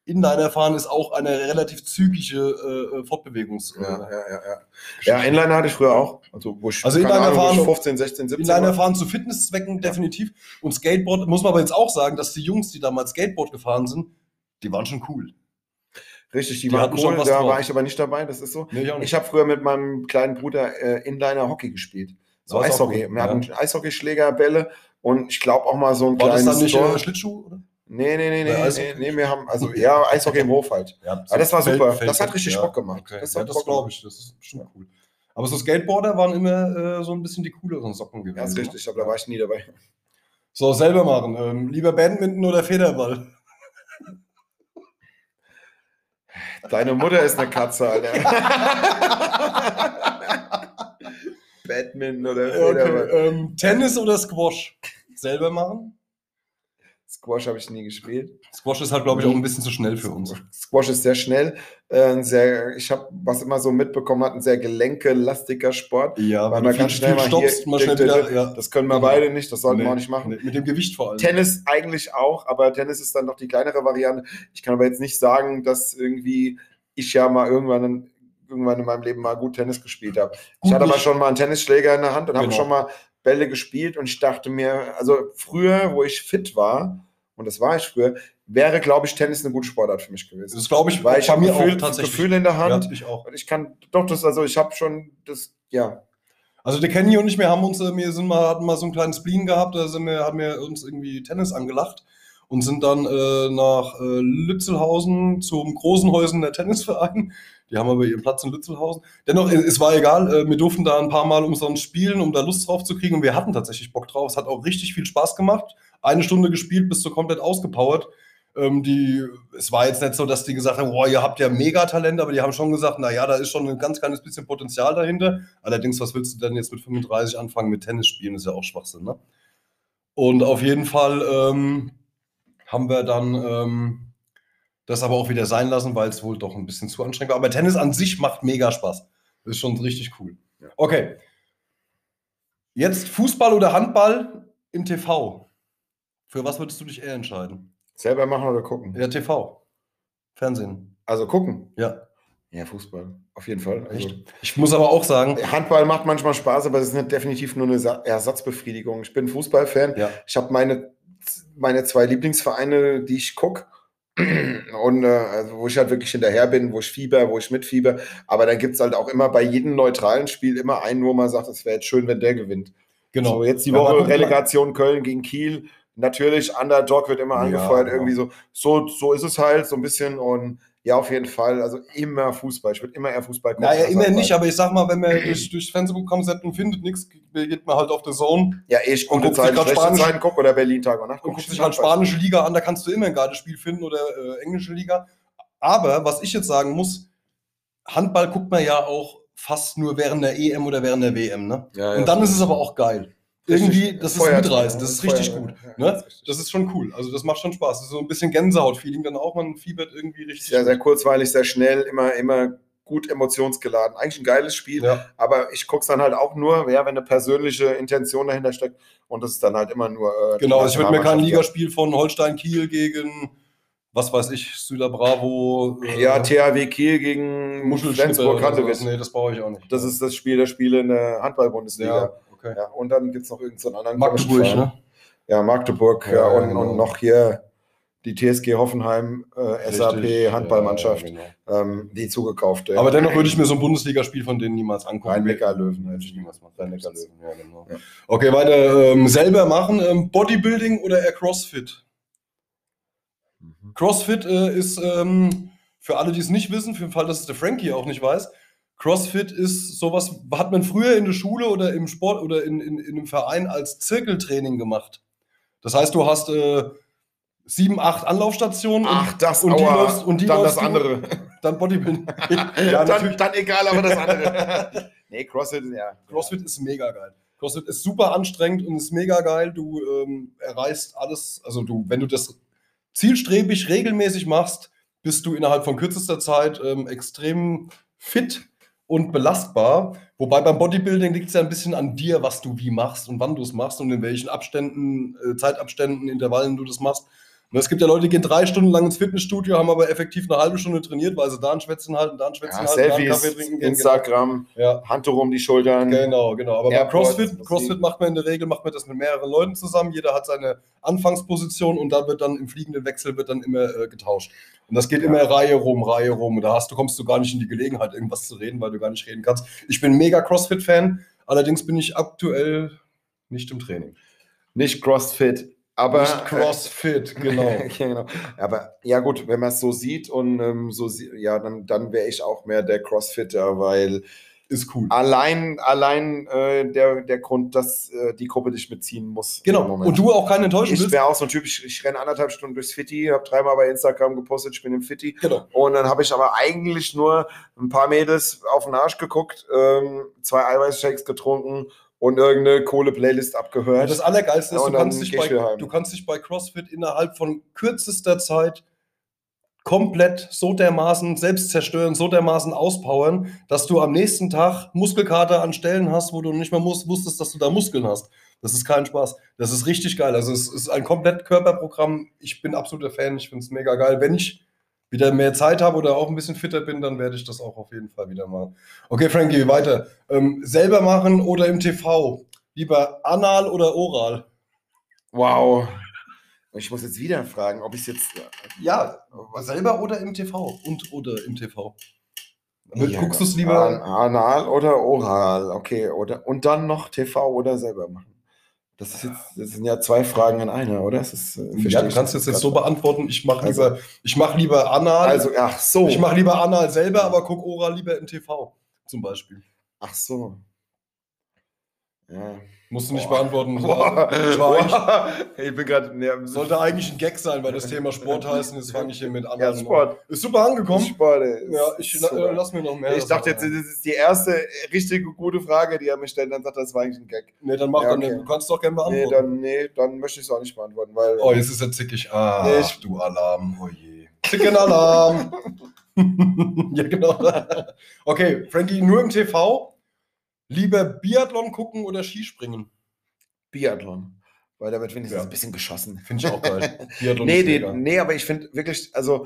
Speaker 2: Inliner-Fahren ist auch eine relativ zügige äh, Fortbewegungs.
Speaker 1: Ja, ja, ja, ja. ja, Inliner hatte ich früher auch. Also, wo ich,
Speaker 2: Also
Speaker 1: keine
Speaker 2: Inliner
Speaker 1: Ahnung, wo ich
Speaker 2: fahren-
Speaker 1: 15, 16, 17
Speaker 2: Inliner
Speaker 1: war.
Speaker 2: fahren zu Fitnesszwecken definitiv. Und Skateboard muss man aber jetzt auch sagen, dass die Jungs, die damals Skateboard gefahren sind, die waren schon cool.
Speaker 1: Richtig, die,
Speaker 2: die
Speaker 1: waren
Speaker 2: hatten schon
Speaker 1: cool,
Speaker 2: was
Speaker 1: da
Speaker 2: drauf.
Speaker 1: war ich aber nicht dabei, das ist so.
Speaker 2: Nee, ich auch
Speaker 1: Ich habe früher mit meinem kleinen Bruder äh, Inliner Hockey gespielt. So
Speaker 2: Das ist auch
Speaker 1: Eishockey.
Speaker 2: gut,
Speaker 1: Wir hatten Eishockeyschlägerbälle und ich glaube auch mal so ein
Speaker 2: War das
Speaker 1: kleines
Speaker 2: dann nicht
Speaker 1: Tor.
Speaker 2: äh, Schlittschuh? Oder?
Speaker 1: Nee, nee, nee,
Speaker 2: Bei
Speaker 1: nee, nee,
Speaker 2: Eishockey?
Speaker 1: nee, wir haben, also ja, Eishockey im Hof halt.
Speaker 2: Ja,
Speaker 1: Aber das war super. das hat richtig Bock gemacht.
Speaker 2: Okay.
Speaker 1: Das hat
Speaker 2: Das, ja, das
Speaker 1: Bock
Speaker 2: glaube ich, das ist bestimmt cool. Aber so Skateboarder waren immer äh, so ein bisschen die cooleren Socken gewesen.
Speaker 1: Ja, ist
Speaker 2: ne?
Speaker 1: richtig, aber da war ich nie dabei.
Speaker 2: So, selber machen. Ähm, lieber Badminton oder Federball?
Speaker 1: Deine Mutter ist eine Katze, Alter. Badminton oder Äh, Federball.
Speaker 2: Ähm, Tennis oder Squash? Selber machen?
Speaker 1: Squash habe ich nie gespielt.
Speaker 2: Squash ist halt, glaube
Speaker 1: Mhm.
Speaker 2: ich, auch ein bisschen zu schnell für uns.
Speaker 1: Squash ist sehr schnell. Äh, ein sehr, ich habe, was immer so mitbekommen hat, ein sehr gelenkelastiger Sport.
Speaker 2: Ja,
Speaker 1: Weil man
Speaker 2: viel,
Speaker 1: ganz schnell
Speaker 2: viel
Speaker 1: mal
Speaker 2: stoppst,
Speaker 1: hier,
Speaker 2: mal schnell
Speaker 1: dip, dip,
Speaker 2: wieder.
Speaker 1: dip.
Speaker 2: Ja.
Speaker 1: Das können wir beide nicht, das sollten
Speaker 2: Mhm. Nee.
Speaker 1: wir auch nicht machen.
Speaker 2: Nee, Mit dem Gewicht vor allem.
Speaker 1: Also Tennis eigentlich auch, aber Tennis ist dann noch die kleinere Variante. Ich kann aber jetzt nicht sagen, dass irgendwie ich ja mal irgendwann, irgendwann in meinem Leben mal gut Tennis gespielt habe. Ich
Speaker 2: Gut
Speaker 1: hatte aber
Speaker 2: nicht.
Speaker 1: schon mal einen Tennisschläger in der Hand und habe
Speaker 2: Genau.
Speaker 1: schon mal Bälle gespielt und ich dachte mir, also früher, wo ich fit war, und das war ich früher, wäre, glaube ich, Tennis eine gute Sportart für mich gewesen.
Speaker 2: Das glaube ich,
Speaker 1: Weil ich
Speaker 2: bei
Speaker 1: habe
Speaker 2: mir auch
Speaker 1: Gefühl,
Speaker 2: tatsächlich.
Speaker 1: Gefühl in der
Speaker 2: ja,
Speaker 1: Hand.
Speaker 2: ich auch.
Speaker 1: Und ich kann, doch, das, also ich habe schon das, ja.
Speaker 2: Also der Kenny und ich, wir haben uns, äh, wir sind mal, hatten mal so einen kleinen Spleen gehabt, da sind wir, haben wir uns irgendwie Tennis angelacht. und sind dann äh, nach äh, Lützelhausen zum Großenhäusener Tennisverein. Die haben aber ihren Platz in Lützelhausen. Dennoch, äh, es war egal. Äh, wir durften da ein paar Mal umsonst spielen, um da Lust drauf zu kriegen. Und wir hatten tatsächlich Bock drauf. Es hat auch richtig viel Spaß gemacht. Eine Stunde gespielt, bis so komplett ausgepowert. Ähm, die, es war jetzt nicht so, dass die gesagt haben, boah, ihr habt ja Megatalent, aber die haben schon gesagt, na ja, da ist schon ein ganz kleines bisschen Potenzial dahinter. Allerdings, was willst du denn jetzt mit 35 anfangen mit Tennis spielen? Ist ja auch Schwachsinn, ne? Und auf jeden Fall ähm, haben wir dann ähm, das aber auch wieder sein lassen, weil es wohl doch ein bisschen zu anstrengend war. Aber Tennis an sich macht mega Spaß. Ist schon richtig cool. Okay. Jetzt Fußball oder Handball im TV. Für was würdest du dich eher entscheiden?
Speaker 1: Selber machen oder gucken?
Speaker 2: Ja, TV. Fernsehen.
Speaker 1: Also gucken.
Speaker 2: Ja,
Speaker 1: Ja, Fußball. Auf jeden Fall. Also, äh,
Speaker 2: echt. Ich muss aber auch sagen,
Speaker 1: Handball macht manchmal Spaß, aber es ist nicht definitiv nur eine Sa- Ersatzbefriedigung. Ich bin Fußballfan.
Speaker 2: ja,
Speaker 1: Ich habe meine, meine zwei Lieblingsvereine, die ich gucke. Und äh, also wo ich halt wirklich hinterher bin, wo ich fieber, wo ich mitfieber. Aber dann gibt es halt auch immer bei jedem neutralen Spiel immer einen, wo man sagt, es wäre jetzt schön, wenn der gewinnt.
Speaker 2: genau.
Speaker 1: So, jetzt die
Speaker 2: Ja, aber
Speaker 1: Woche
Speaker 2: guck mal.
Speaker 1: Relegation Köln gegen Kiel. Natürlich, Underdog wird immer
Speaker 2: Ja,
Speaker 1: angefeuert,
Speaker 2: genau.
Speaker 1: irgendwie so. so. So ist es halt, so ein bisschen. Und ja, auf jeden Fall. Also immer Fußball. Ich würde immer eher Fußball gucken. Also,
Speaker 2: Naja,
Speaker 1: als
Speaker 2: immer
Speaker 1: Handball.
Speaker 2: nicht, aber ich sag mal, wenn man durch, durchs Fernsehen kommt und findet nichts, geht man halt auf The Zone
Speaker 1: Ja, eh, ich
Speaker 2: Und
Speaker 1: gucke
Speaker 2: guckt sich
Speaker 1: Zeit,
Speaker 2: grad
Speaker 1: schlechte
Speaker 2: Spanisch-
Speaker 1: Zeiten gucke oder Berlin Tag und Nacht.
Speaker 2: und
Speaker 1: guck
Speaker 2: guckt
Speaker 1: ich
Speaker 2: sich halt
Speaker 1: Handball.
Speaker 2: spanische Liga an, da kannst du immer ein geiles Spiel finden oder äh, englische Liga. Aber was ich jetzt sagen muss, Handball guckt man ja auch fast nur während der EM oder während der WM, ne?
Speaker 1: Ja, ja.
Speaker 2: Und dann ist es aber auch geil.
Speaker 1: Richtig.
Speaker 2: Irgendwie, das ist
Speaker 1: Feuer-
Speaker 2: mitreißend, das ist richtig
Speaker 1: Feuer-
Speaker 2: gut.
Speaker 1: Ja,
Speaker 2: Ne?
Speaker 1: ist richtig.
Speaker 2: Das ist schon cool. Also das macht schon Spaß. Das ist so ein bisschen Gänsehaut-Feeling dann auch. Man fiebert irgendwie richtig.
Speaker 1: sehr, sehr kurzweilig, sehr schnell, immer, immer gut emotionsgeladen. Eigentlich ein geiles Spiel,
Speaker 2: Ja.
Speaker 1: aber ich gucke es dann halt auch nur, ja, wenn eine persönliche Intention dahinter steckt. Und das ist dann halt immer nur. Äh, die
Speaker 2: Genau, also ich würde mir kein
Speaker 1: Nationalmannschaft,
Speaker 2: Ligaspiel von Holstein Kiel gegen, was weiß ich, Süder Bravo. äh,
Speaker 1: Ja, Ja, THW Kiel gegen
Speaker 2: Muschelschnitte
Speaker 1: Flensburg
Speaker 2: oder sowas. ne.
Speaker 1: Handewitt.
Speaker 2: Nee, das brauche ich auch nicht.
Speaker 1: Das ist das Spiel der Spiele in der Handball-Bundesliga.
Speaker 2: ja, okay.
Speaker 1: Ja. und dann gibt es noch irgendeinen so einen anderen.
Speaker 2: Magdeburg,
Speaker 1: komischen Verein.
Speaker 2: ne?
Speaker 1: Ja, Magdeburg ja,
Speaker 2: Ja,
Speaker 1: und,
Speaker 2: genau.
Speaker 1: und noch hier die TSG Hoffenheim, äh, SAP,
Speaker 2: Richtig,
Speaker 1: Handballmannschaft,
Speaker 2: ja, genau.
Speaker 1: ähm, die zugekauft.
Speaker 2: Aber dennoch würde ich mir so ein Bundesligaspiel von denen niemals angucken.
Speaker 1: Rhein-Neckar-Löwen
Speaker 2: Hätte
Speaker 1: hätte ich
Speaker 2: ich niemals machen.
Speaker 1: Rhein-Neckar-Löwen,
Speaker 2: ja, genau.
Speaker 1: Ja.
Speaker 2: Okay, weiter. Ähm, selber machen. Ähm, Bodybuilding oder eher CrossFit?
Speaker 1: Mhm.
Speaker 2: CrossFit äh, ist, ähm, für alle, die es nicht wissen, für den Fall, dass es der Frankie auch nicht weiß, CrossFit ist sowas, hat man früher in der Schule oder im Sport oder in, in, in einem Verein als Zirkeltraining gemacht. Das heißt, du hast äh, sieben, acht Anlaufstationen
Speaker 1: Ach, das
Speaker 2: und die
Speaker 1: aua,
Speaker 2: läufst- und die
Speaker 1: dann
Speaker 2: läufst
Speaker 1: das
Speaker 2: du-
Speaker 1: andere.
Speaker 2: und dann Bodybuilding.
Speaker 1: dann, dann egal, aber das andere. nee, CrossFit, ja.
Speaker 2: CrossFit ist mega geil. CrossFit ist super anstrengend und ist mega geil. Du ähm, erreichst alles, also du, wenn du das zielstrebig regelmäßig machst, bist du innerhalb von kürzester Zeit ähm, extrem fit und belastbar. Wobei beim Bodybuilding liegt es ja ein bisschen an dir, was du wie machst und wann du es machst und in welchen Abständen, äh, Zeitabständen, Intervallen du das machst. Und es gibt ja Leute, die gehen drei Stunden lang ins Fitnessstudio, haben aber effektiv eine halbe Stunde trainiert, weil sie da ein Schwätzchen halten, da ein Schwätzchen
Speaker 1: Ja,
Speaker 2: halten, da einen
Speaker 1: Selfies,
Speaker 2: halt, Kaffee trinken. gehen. genau.
Speaker 1: Instagram,
Speaker 2: Ja.
Speaker 1: Handtuch um die Schultern.
Speaker 2: Genau, genau. Aber bei
Speaker 1: Airport,
Speaker 2: CrossFit,
Speaker 1: Musik.
Speaker 2: CrossFit macht man in der Regel, macht man das mit mehreren Leuten zusammen. Jeder hat seine Anfangsposition und dann wird dann im fliegenden Wechsel wird dann immer äh, getauscht. Und das geht immer Reihe rum, Reihe rum. Und da hast du kommst du gar nicht in die Gelegenheit, irgendwas zu reden, weil du gar nicht reden kannst. Ich bin mega CrossFit-Fan, allerdings bin ich aktuell nicht im Training.
Speaker 1: Nicht CrossFit, aber. äh,
Speaker 2: nicht CrossFit, genau.
Speaker 1: ja, genau. Aber ja, gut, wenn man es so sieht und ähm, so sie ja, dann, dann wäre ich auch mehr der Crossfitter, weil
Speaker 2: Ist cool.
Speaker 1: allein, allein äh, der, der Grund, dass äh, die Gruppe dich mitziehen muss.
Speaker 2: Genau. Und du auch keinen enttäuschen
Speaker 1: Ich
Speaker 2: willst.
Speaker 1: wäre auch so ein Typ, ich, ich renne anderthalb Stunden durchs Fitti, habe dreimal bei Instagram gepostet, ich bin im Fitti.
Speaker 2: Genau.
Speaker 1: Und dann habe ich aber eigentlich nur ein paar Mädels auf den Arsch geguckt, ähm, zwei Eiweißshakes getrunken und irgendeine coole Playlist
Speaker 2: Ja,
Speaker 1: abgehört.
Speaker 2: das Allergeilste ist,
Speaker 1: Ja, und
Speaker 2: du, kannst
Speaker 1: dann
Speaker 2: dich
Speaker 1: geh ich
Speaker 2: bei,
Speaker 1: wieder heim.
Speaker 2: du kannst dich bei CrossFit innerhalb von kürzester Zeit komplett so dermaßen selbst zerstören, so dermaßen auspowern, dass du am nächsten Tag Muskelkater an Stellen hast, wo du nicht mal muss, wusstest, dass du da Muskeln hast. Das ist kein Spaß. Das ist richtig geil. Also es ist ein komplett Körperprogramm. Ich bin absoluter Fan. Ich finde es mega geil. Wenn ich wieder mehr Zeit habe oder auch ein bisschen fitter bin, dann werde ich das auch auf jeden Fall wieder machen. Okay, Frankie, weiter. Ähm, selber machen oder im TV? Lieber anal oder oral?
Speaker 1: wow. Ich muss jetzt wieder fragen, ob ich es jetzt.
Speaker 2: äh, Ja, selber oder im TV. Und oder im TV. Damit
Speaker 1: Ja,
Speaker 2: ne, guckst du es lieber.
Speaker 1: An, anal oder oral, okay. Oder, und dann noch TV oder selber machen. Das, ist jetzt, das sind ja zwei Fragen in einer, oder? Das ist, äh,
Speaker 2: Ja,
Speaker 1: verstehe
Speaker 2: du
Speaker 1: ich
Speaker 2: kannst jetzt, jetzt so
Speaker 1: grad.
Speaker 2: beantworten, ich mache
Speaker 1: Also-
Speaker 2: lieber, ich mach lieber anal.
Speaker 1: Also, ach so.
Speaker 2: Ich mache lieber anal selber, aber guck oral lieber im TV zum Beispiel.
Speaker 1: Ach so. Ja.
Speaker 2: Musst du nicht
Speaker 1: Boah.
Speaker 2: beantworten.
Speaker 1: Boah.
Speaker 2: Ich war eigentlich,
Speaker 1: Boah. ich bin gerade nervös.
Speaker 2: sollte eigentlich ein Gag sein, weil das Thema Sport heißt und jetzt fange ich hier mit an.
Speaker 1: ja, Sport.
Speaker 2: Ist super angekommen.
Speaker 1: Sport ey.
Speaker 2: Ja, ich la-
Speaker 1: Super.
Speaker 2: äh, lass mir noch mehr.
Speaker 1: ich
Speaker 2: das
Speaker 1: dachte jetzt,
Speaker 2: sagen.
Speaker 1: das ist die erste richtige gute Frage, die er mir stellt. Dann sagt er, das war eigentlich ein Gag.
Speaker 2: Nee, dann mach
Speaker 1: Ja,
Speaker 2: dann,
Speaker 1: okay.
Speaker 2: du kannst doch gerne
Speaker 1: Nee,
Speaker 2: beantworten.
Speaker 1: dann, nee, dann möchte ich es auch nicht beantworten, weil.
Speaker 2: Oh, jetzt ist er zickig. Ah,
Speaker 1: Nee, ich-
Speaker 2: du Alarm, oh je. Chicken Alarm. ja, genau. Okay, Frankie, nur im TV. Lieber Biathlon gucken oder Skispringen?
Speaker 1: Biathlon. Weil damit finde ich
Speaker 2: Ja.
Speaker 1: es ein bisschen geschossen.
Speaker 2: Finde ich auch geil. Biathlon
Speaker 1: Nee,
Speaker 2: ist
Speaker 1: nee,
Speaker 2: mega.
Speaker 1: nee, aber ich finde wirklich, also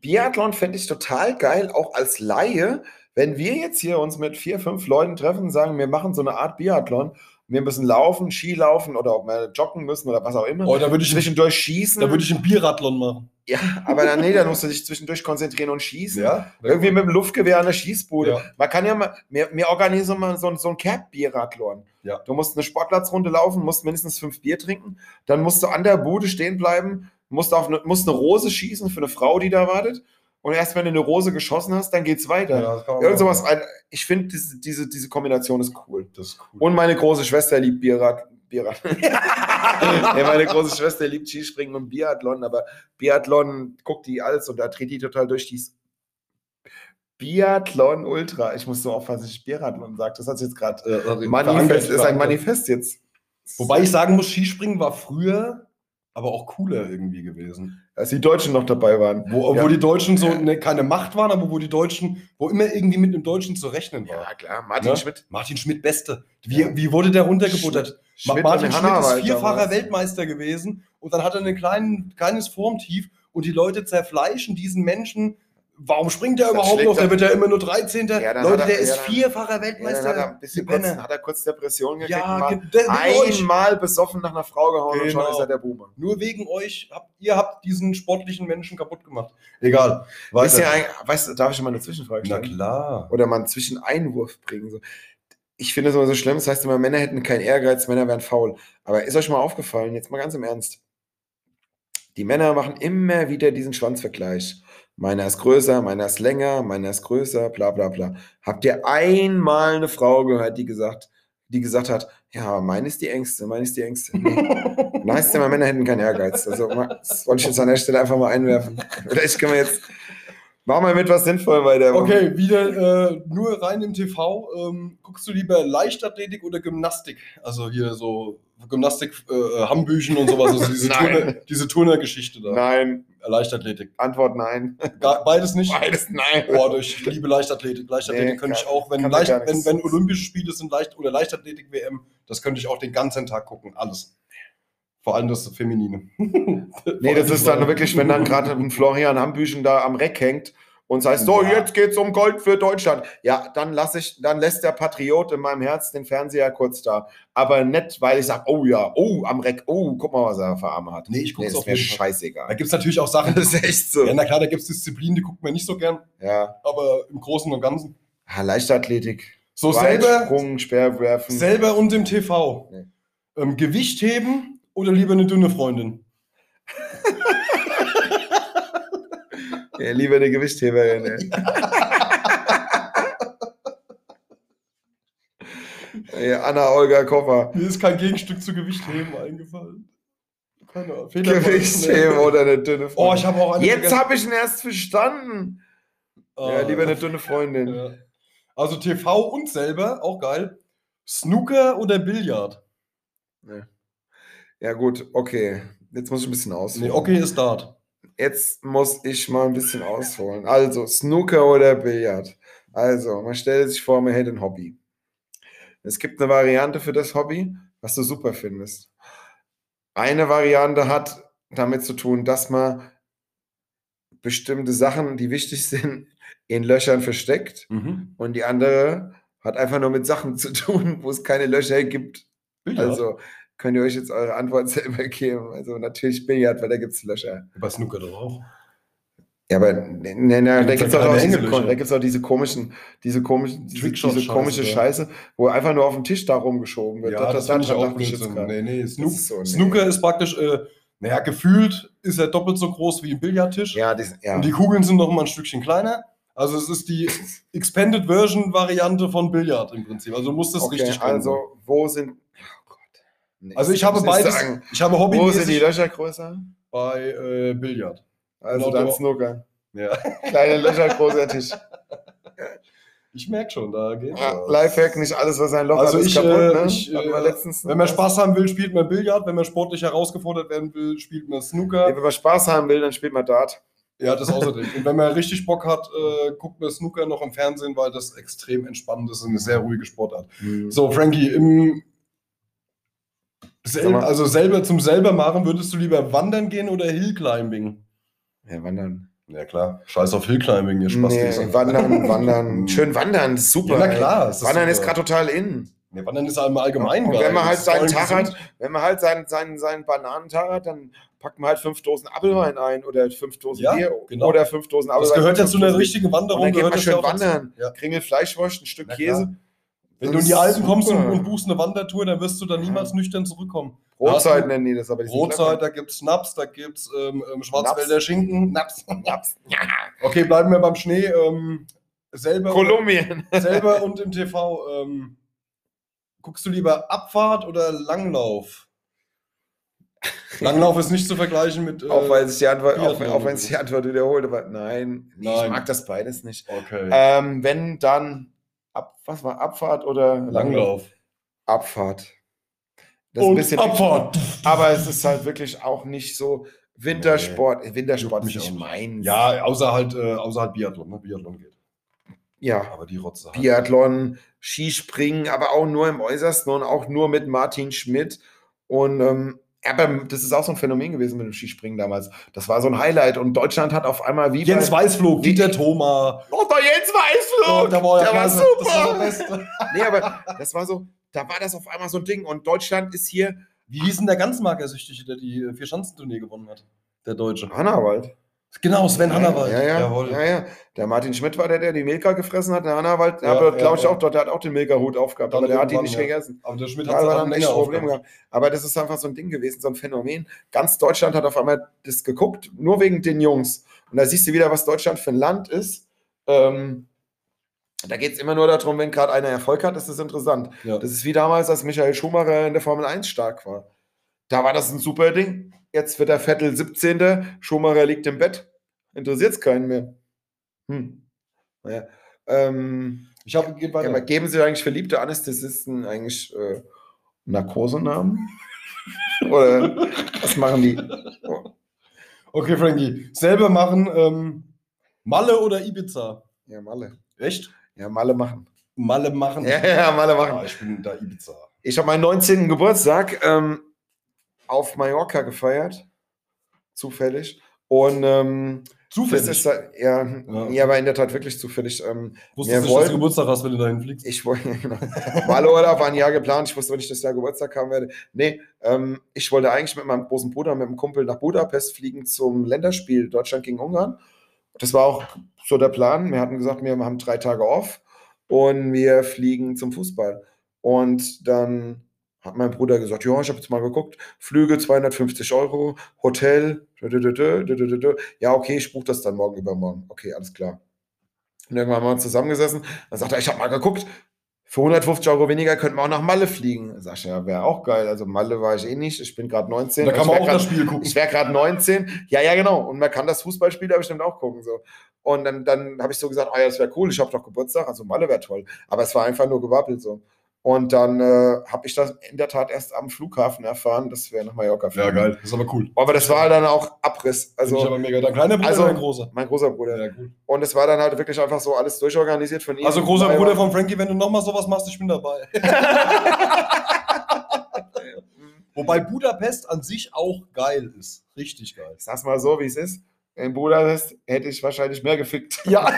Speaker 1: Biathlon fände ich total geil, auch als Laie, wenn wir jetzt hier uns mit vier, fünf Leuten treffen und sagen, wir machen so eine Art Biathlon, wir müssen laufen, Ski laufen oder ob wir joggen müssen oder was auch immer.
Speaker 2: Oh, da würde ich,
Speaker 1: zwischendurch schießen.
Speaker 2: da würd ich einen Bierathlon machen.
Speaker 1: ja, aber dann, nee, dann musst du dich zwischendurch konzentrieren und schießen.
Speaker 2: Ja?
Speaker 1: Irgendwie mit dem Luftgewehr an der Schießbude.
Speaker 2: Ja.
Speaker 1: Man kann ja mal, wir, wir organisieren mal so, so ein Cap-Bier-Radlon.
Speaker 2: Ja.
Speaker 1: Du musst eine Sportplatzrunde laufen, musst mindestens fünf Bier trinken, dann musst du an der Bude stehen bleiben, musst, auf eine, musst eine Rose schießen für eine Frau, die da wartet. Und erst wenn du eine Rose geschossen hast, dann geht's weiter.
Speaker 2: das kann man
Speaker 1: Irgend sowas.
Speaker 2: machen.
Speaker 1: ein- Ich finde, diese, diese, diese Kombination ist cool.
Speaker 2: Das ist cool.
Speaker 1: Und meine große Schwester liebt Bierrad. Bierrad. nee, meine große Schwester liebt Skispringen und Biathlon, aber Biathlon guckt die alles und da dreht die total durch. Die ist Biathlon Ultra. Ich muss so aufpassen, dass ich Biathlon sage. Das hat sich jetzt gerade.
Speaker 2: Äh, äh, verankert,
Speaker 1: Manifest ist ein
Speaker 2: verankert.
Speaker 1: Manifest jetzt.
Speaker 2: Wobei ich sagen muss, Skispringen war früher aber auch cooler irgendwie gewesen.
Speaker 1: Als die Deutschen noch dabei waren.
Speaker 2: Wo,
Speaker 1: Ja.
Speaker 2: wo die Deutschen so ne, keine Macht waren, aber wo die Deutschen, wo immer irgendwie mit einem Deutschen zu rechnen war.
Speaker 1: Ja, klar. Martin
Speaker 2: Ne?
Speaker 1: Schmidt.
Speaker 2: Martin Schmidt, Beste. Wie,
Speaker 1: Ja.
Speaker 2: wie wurde der runtergebuttert? Ma-
Speaker 1: Schmidt
Speaker 2: Martin
Speaker 1: und
Speaker 2: Schmidt
Speaker 1: Hannawald
Speaker 2: ist vierfacher
Speaker 1: damals.
Speaker 2: Weltmeister gewesen und dann hat er ein kleinen, kleines Formtief und die Leute zerfleischen diesen Menschen. Warum springt der
Speaker 1: Dann
Speaker 2: überhaupt
Speaker 1: schlägt
Speaker 2: noch? Der
Speaker 1: er-
Speaker 2: wird ja immer nur 13.
Speaker 1: Ja, dann
Speaker 2: Leute,
Speaker 1: hat er-
Speaker 2: der ist
Speaker 1: ja, dann-
Speaker 2: vierfacher
Speaker 1: Ja, dann
Speaker 2: Weltmeister.
Speaker 1: hat er, ein bisschen
Speaker 2: Die
Speaker 1: kurz,
Speaker 2: Penner.
Speaker 1: hat er kurz Depression gekriegt.
Speaker 2: ja
Speaker 1: mal
Speaker 2: ge- der, wegen euch.
Speaker 1: einmal besoffen nach einer Frau gehauen und schon
Speaker 2: Genau.
Speaker 1: ist er der Boomer.
Speaker 2: Nur wegen euch habt ihr habt diesen sportlichen Menschen kaputt gemacht. Egal.
Speaker 1: Ist
Speaker 2: Weiter.
Speaker 1: ja ein, weißt du, darf ich schon mal eine Zwischenfrage
Speaker 2: Na
Speaker 1: stellen?
Speaker 2: klar.
Speaker 1: oder mal einen Zwischeneinwurf bringen. So. Ich finde es immer so schlimm, das heißt immer, Männer hätten keinen Ehrgeiz, Männer wären faul. Aber ist euch mal aufgefallen, jetzt mal ganz im Ernst, die Männer machen immer wieder diesen Schwanzvergleich. Meiner ist größer, meiner ist länger, meiner ist größer, bla bla bla. Habt ihr einmal eine Frau gehört, die gesagt, die gesagt hat, ja, meine ist die engste, meine ist die engste. Nee. Dann heißt es immer, Männer hätten keinen Ehrgeiz. Also mal- das wollte ich jetzt an der Stelle einfach mal einwerfen. Vielleicht können wir jetzt, machen wir mit was sinnvoll bei der
Speaker 2: Okay, wieder äh, nur rein im TV. Ähm, guckst du lieber Leichtathletik oder Gymnastik? Also hier so Gymnastik, äh, äh, Hambüchen und sowas. Also diese,
Speaker 1: Nein.
Speaker 2: Turner, diese Turnergeschichte da.
Speaker 1: Nein,
Speaker 2: Leichtathletik.
Speaker 1: Antwort nein.
Speaker 2: Gar, beides nicht.
Speaker 1: Beides nein.
Speaker 2: Boah, ich liebe Leichtathletik. Leichtathletik
Speaker 1: Nee,
Speaker 2: könnte ich
Speaker 1: kann-
Speaker 2: auch, wenn,
Speaker 1: kann mir
Speaker 2: Leicht,
Speaker 1: gar
Speaker 2: wenn,
Speaker 1: nichts.
Speaker 2: wenn Olympische Spiele sind leicht, oder Leichtathletik-WM, das könnte ich auch den ganzen Tag gucken. Alles. Vor allem das Feminine.
Speaker 1: nee, das ist dann wirklich, wenn dann gerade ein Florian Hambüchen da am Reck hängt und sagt, so,
Speaker 2: Ja.
Speaker 1: jetzt geht's um Gold für Deutschland. Ja, dann lasse ich, dann lässt der Patriot in meinem Herz den Fernseher kurz da. Aber nicht, weil ich sage, oh ja, oh, am Reck, oh, guck mal, was er für Arme hat.
Speaker 2: Nee, ich gucke
Speaker 1: Nee,
Speaker 2: es
Speaker 1: ist
Speaker 2: auf
Speaker 1: mir
Speaker 2: jeden Fall. Da
Speaker 1: scheißegal.
Speaker 2: gibt es natürlich auch Sachen.
Speaker 1: Das ist echt so.
Speaker 2: Ja, na klar, da gibt es Disziplinen, die guckt man nicht so gern,
Speaker 1: Ja.
Speaker 2: aber im Großen und Ganzen.
Speaker 1: Ah, Leichtathletik.
Speaker 2: So selber,
Speaker 1: Weitsprung, Speerwerfen.
Speaker 2: selber und im TV.
Speaker 1: Nee.
Speaker 2: Ähm, Gewicht heben oder lieber eine dünne Freundin?
Speaker 1: Ja, lieber eine Gewichtheberin. ey. Ey, Anna-Olga Koffer.
Speaker 2: Mir ist kein Gegenstück zu Gewicht heben eingefallen. Keine Ahnung. Fehler-
Speaker 1: Gewichtheber oder eine dünne
Speaker 2: Oh,
Speaker 1: Freundin.
Speaker 2: ich habe auch eine.
Speaker 1: Jetzt
Speaker 2: vergessen.
Speaker 1: habe ich ihn erst verstanden. ja,
Speaker 2: Ah,
Speaker 1: lieber eine dünne Freundin.
Speaker 2: ja. Also TV und selber, auch geil. Snooker oder Billard?
Speaker 1: Ja gut, okay. Jetzt muss ich ein bisschen ausholen.
Speaker 2: Nee, okay ist Dart.
Speaker 1: Jetzt muss ich mal ein bisschen ausholen. Also, Snooker oder Billard. Also, man stelle sich vor, man hätte ein Hobby. Es gibt eine Variante für das Hobby, was du super findest. Eine Variante hat damit zu tun, dass man bestimmte Sachen, die wichtig sind, in Löchern versteckt. Und die andere hat einfach nur mit Sachen zu tun, wo es keine Löcher gibt.
Speaker 2: Billard?
Speaker 1: Also könnt ihr euch jetzt eure Antwort selber geben. Also natürlich Billard, weil da gibt es Löcher.
Speaker 2: Bei Snooker doch auch.
Speaker 1: Ja, aber ne, ne, ne, da
Speaker 2: Gibt's
Speaker 1: gibt's
Speaker 2: da
Speaker 1: doch
Speaker 2: keine
Speaker 1: auch diese,
Speaker 2: Engel,
Speaker 1: ko-
Speaker 2: ja.
Speaker 1: da gibt's auch diese komischen, diese komischen, diese,
Speaker 2: Trickshot-
Speaker 1: diese komische
Speaker 2: Scheiße,
Speaker 1: Scheiße, wo einfach nur auf den Tisch da rumgeschoben wird.
Speaker 2: Ja, das,
Speaker 1: hat
Speaker 2: finde ich
Speaker 1: schon
Speaker 2: auch
Speaker 1: gedacht, Geschütz
Speaker 2: Blödsinn.
Speaker 1: gerade.
Speaker 2: Nee, nee, Snook,
Speaker 1: ist so, nee.
Speaker 2: Snooker ist praktisch, äh, naja, gefühlt ist er doppelt so groß wie ein Billardtisch.
Speaker 1: Ja, das, ja.
Speaker 2: Und die Kugeln sind noch mal ein Stückchen kleiner. Also es ist die Expanded Version Variante von Billard im Prinzip. Also du musst das
Speaker 1: okay,
Speaker 2: richtig können.
Speaker 1: also, wo sind. Oh Gott. Nee,
Speaker 2: also ich
Speaker 1: das
Speaker 2: habe
Speaker 1: muss
Speaker 2: beides.
Speaker 1: sagen.
Speaker 2: Ich habe
Speaker 1: Wo sind die
Speaker 2: Hobby
Speaker 1: Löcher größer?
Speaker 2: bei äh, Billard.
Speaker 1: Also
Speaker 2: Lotto.
Speaker 1: dann Snooker.
Speaker 2: Genau, Ja.
Speaker 1: Kleine Löcher, großer Tisch.
Speaker 2: Ich merke schon, da geht
Speaker 1: Ja, Lifehack, nicht alles, was ein Loch
Speaker 2: Also
Speaker 1: hat, ist
Speaker 2: ich,
Speaker 1: kaputt.
Speaker 2: äh,
Speaker 1: Ne?
Speaker 2: ich,
Speaker 1: Hatten wir
Speaker 2: äh,
Speaker 1: letztens,
Speaker 2: Wenn man Spaß haben will, spielt man Billard. Wenn man sportlich herausgefordert werden will, spielt man
Speaker 1: Ja,
Speaker 2: Snooker.
Speaker 1: wenn man Spaß haben will, dann spielt man Dart.
Speaker 2: Ja, das außerdem. Und wenn man richtig Bock hat, äh, guckt man Snooker noch im Fernsehen, weil das extrem entspannend ist und eine sehr ruhige Sportart. So, Frankie, im
Speaker 1: Sag
Speaker 2: Sel
Speaker 1: mal.
Speaker 2: also selber zum selber machen, würdest du lieber wandern gehen oder Hillclimbing?
Speaker 1: Ja, wandern.
Speaker 2: Ja klar, scheiß auf Hillclimbing, ihr Spastis.
Speaker 1: Nee, wandern, wandern. Schön wandern, ist super.
Speaker 2: Ja, na
Speaker 1: ey.
Speaker 2: klar, ist das
Speaker 1: wandern
Speaker 2: super.
Speaker 1: ist gerade total in.
Speaker 2: nee, wandern ist einmal allgemein
Speaker 1: Und
Speaker 2: geil.
Speaker 1: wenn man halt
Speaker 2: Das ist
Speaker 1: seinen
Speaker 2: vor allem
Speaker 1: Tag hat,
Speaker 2: gesund.
Speaker 1: wenn man halt seinen, seinen, seinen Bananentag hat, dann packt man halt fünf Dosen Apfelwein ein oder halt fünf Dosen
Speaker 2: Ja,
Speaker 1: Bier
Speaker 2: genau.
Speaker 1: oder fünf Dosen Apfelwein.
Speaker 2: Das gehört ja
Speaker 1: fünf
Speaker 2: zu einer
Speaker 1: Dosen-
Speaker 2: richtigen Wanderung.
Speaker 1: Und dann geht
Speaker 2: gehört
Speaker 1: man
Speaker 2: das ja
Speaker 1: schön
Speaker 2: auch dazu.
Speaker 1: wandern.
Speaker 2: Ja.
Speaker 1: Kringel Fleischwurst, ein Stück
Speaker 2: Na klar.
Speaker 1: Käse.
Speaker 2: Wenn
Speaker 1: Das
Speaker 2: du in die
Speaker 1: ist
Speaker 2: Alpen kommst und,
Speaker 1: super.
Speaker 2: und buchst eine Wandertour, dann wirst du da niemals nüchtern zurückkommen. Da hast
Speaker 1: Brotzeit
Speaker 2: du-
Speaker 1: nennen die das aber. die sind
Speaker 2: Brotzeit,
Speaker 1: klasse.
Speaker 2: da gibt's Schnaps, da gibt's ähm, ähm, Schwarzwälder
Speaker 1: Naps.
Speaker 2: Schinken. Naps.
Speaker 1: Naps.
Speaker 2: Okay, bleiben wir beim Schnee. Ähm, selber,
Speaker 1: Kolumbien.
Speaker 2: selber und im TV. Ähm, guckst du lieber Abfahrt oder Langlauf? Langlauf ist nicht zu vergleichen mit. äh,
Speaker 1: Auch weil sich die Antwort, auch,
Speaker 2: Biathlon.
Speaker 1: auch wenn sich die Antwort wiederholt, aber nein, ich
Speaker 2: Nein.
Speaker 1: mag das beides nicht.
Speaker 2: okay.
Speaker 1: Ähm, wenn dann ab, was war Abfahrt oder
Speaker 2: Langlauf.
Speaker 1: Abfahrt. Das ist ein bisschen,
Speaker 2: Abfahrt.
Speaker 1: aber es ist halt wirklich auch nicht so Wintersport. Wintersport ist
Speaker 2: Juckt mich
Speaker 1: nicht
Speaker 2: auch nicht.
Speaker 1: meins.
Speaker 2: Ja, außer halt, äh, außer halt Biathlon. Ne? Biathlon geht.
Speaker 1: ja.
Speaker 2: Aber die Rotze halt.
Speaker 1: Biathlon, Skispringen, aber auch nur im Äußersten und auch nur mit Martin Schmidt. Und ähm, aber das ist auch so ein Phänomen gewesen mit dem Skispringen damals. Das war so ein Highlight und Deutschland hat auf einmal wie
Speaker 2: Jens
Speaker 1: bei-
Speaker 2: Weißflog, Dieter Thoma. Oh,
Speaker 1: Oh, der Jens Weißflug!
Speaker 2: da war
Speaker 1: der war
Speaker 2: klasse.
Speaker 1: super!
Speaker 2: Das war der Beste.
Speaker 1: Nee, aber das war so, da war das auf einmal so ein Ding und Deutschland ist hier
Speaker 2: Wie hieß denn der Ganzmarkersüchtige, der die äh, Vier-Schanzentournee gewonnen hat? Der Deutsche.
Speaker 1: Hannawald.
Speaker 2: Genau, Sven Hannawald.
Speaker 1: Ja, ja,
Speaker 2: Jawohl.
Speaker 1: ja, ja. Der Martin Schmidt war der, der die Milka gefressen hat. Der Hannawald, der
Speaker 2: Ja,
Speaker 1: hat,
Speaker 2: ja,
Speaker 1: glaube ich,
Speaker 2: ja.
Speaker 1: auch dort, der hat auch den Milka-Hut aufgehabt,
Speaker 2: Dann
Speaker 1: aber der hat ihn
Speaker 2: irgendwann,
Speaker 1: nicht
Speaker 2: ja.
Speaker 1: gegessen.
Speaker 2: Aber der Schmidt
Speaker 1: Da
Speaker 2: hat
Speaker 1: war
Speaker 2: dann
Speaker 1: dann echt
Speaker 2: länger
Speaker 1: ein Problem
Speaker 2: Problem
Speaker 1: gehabt. Aber das ist einfach so ein Ding gewesen, so ein Phänomen. Ganz Deutschland hat auf einmal das geguckt, nur wegen den Jungs. Und da siehst du wieder, was Deutschland für ein Land ist. Ähm, da geht es immer nur darum, wenn gerade einer Erfolg hat, ist das interessant.
Speaker 2: ja.
Speaker 1: Das ist wie damals, als Michael Schumacher in der Formel 1 stark war. Da war das ein super Ding. Jetzt wird der Vettel 17. Schumacher liegt im Bett. Interessiert es keinen mehr. Hm. Naja. Ähm,
Speaker 2: Ich habe geht
Speaker 1: ja,
Speaker 2: weiter.
Speaker 1: aber geben Sie eigentlich verliebte Anästhesisten eigentlich äh, Narkosenamen? Oder was machen die?
Speaker 2: okay, Frankie. Selber machen. Ähm, Malle oder Ibiza?
Speaker 1: Ja, Malle.
Speaker 2: Echt?
Speaker 1: Ja, Malle machen.
Speaker 2: Malle machen.
Speaker 1: Ja, ja, Malle
Speaker 2: Ah,
Speaker 1: machen.
Speaker 2: ich bin da Ibiza.
Speaker 1: Ich habe meinen 19. Geburtstag ähm, auf Mallorca gefeiert. Zufällig. Und ähm, Das
Speaker 2: Zufällig.
Speaker 1: ist, halt- ja, ja.
Speaker 2: Ja.
Speaker 1: aber in der Tat wirklich zufällig. Ähm,
Speaker 2: Wusstest
Speaker 1: wir
Speaker 2: du, dass
Speaker 1: wollten-
Speaker 2: du Geburtstag hast, wenn du dahin fliegst?
Speaker 1: ich wollte, genau. Malurlaub war ein Jahr geplant. Ich wusste, wenn ich das Jahr Geburtstag haben werde. Nee, ähm, ich wollte eigentlich mit meinem großen Bruder, mit einem Kumpel nach Budapest fliegen zum Länderspiel Deutschland gegen Ungarn. Das war auch so der Plan. Wir hatten gesagt, wir haben drei Tage off und wir fliegen zum Fußball. Und dann hat mein Bruder gesagt, ja, ich habe jetzt mal geguckt, Flüge 250 Euro, Hotel, dö, dö, dö, dö, dö, dö, dö. ja, okay, ich buche das dann morgen übermorgen. Okay, alles klar. Und irgendwann haben wir zusammengesessen, dann sagt er, ich habe mal geguckt, für 150 Euro weniger könnten wir auch nach Malle fliegen. Dann Sag ich, ja, wäre auch geil. Also Malle war ich eh nicht, ich bin gerade 19.
Speaker 2: Da kann
Speaker 1: Ich
Speaker 2: man
Speaker 1: wär
Speaker 2: auch
Speaker 1: grad-
Speaker 2: das Spiel gucken.
Speaker 1: ich wäre gerade 19. Ja, ja, genau. Und man kann das Fußballspiel da bestimmt auch gucken. So. Und dann, dann habe ich so gesagt, oh ja, das wäre cool, ich habe doch Geburtstag, also Malle wäre toll. Aber es war einfach nur gewappelt so. Und dann äh, habe ich das in der Tat erst am Flughafen erfahren, dass wir nach Mallorca fliegen.
Speaker 2: ja, geil. Das ist aber cool.
Speaker 1: Aber das war dann auch Abriss.
Speaker 2: Bin ich
Speaker 1: Also
Speaker 2: aber mega. Dein kleiner Bruder
Speaker 1: Also-
Speaker 2: oder dein großer?
Speaker 1: mein großer Bruder.
Speaker 2: Ja, gut.
Speaker 1: Und es war dann halt wirklich einfach so alles durchorganisiert von ihm.
Speaker 2: Also großer
Speaker 1: Weil-
Speaker 2: Bruder von Frankie, wenn du nochmal sowas machst, ich bin dabei. Wobei Budapest an sich auch geil ist. Richtig geil.
Speaker 1: Ich sag's mal so, wie es ist. In Budapest hätte ich wahrscheinlich mehr gefickt.
Speaker 2: Ja,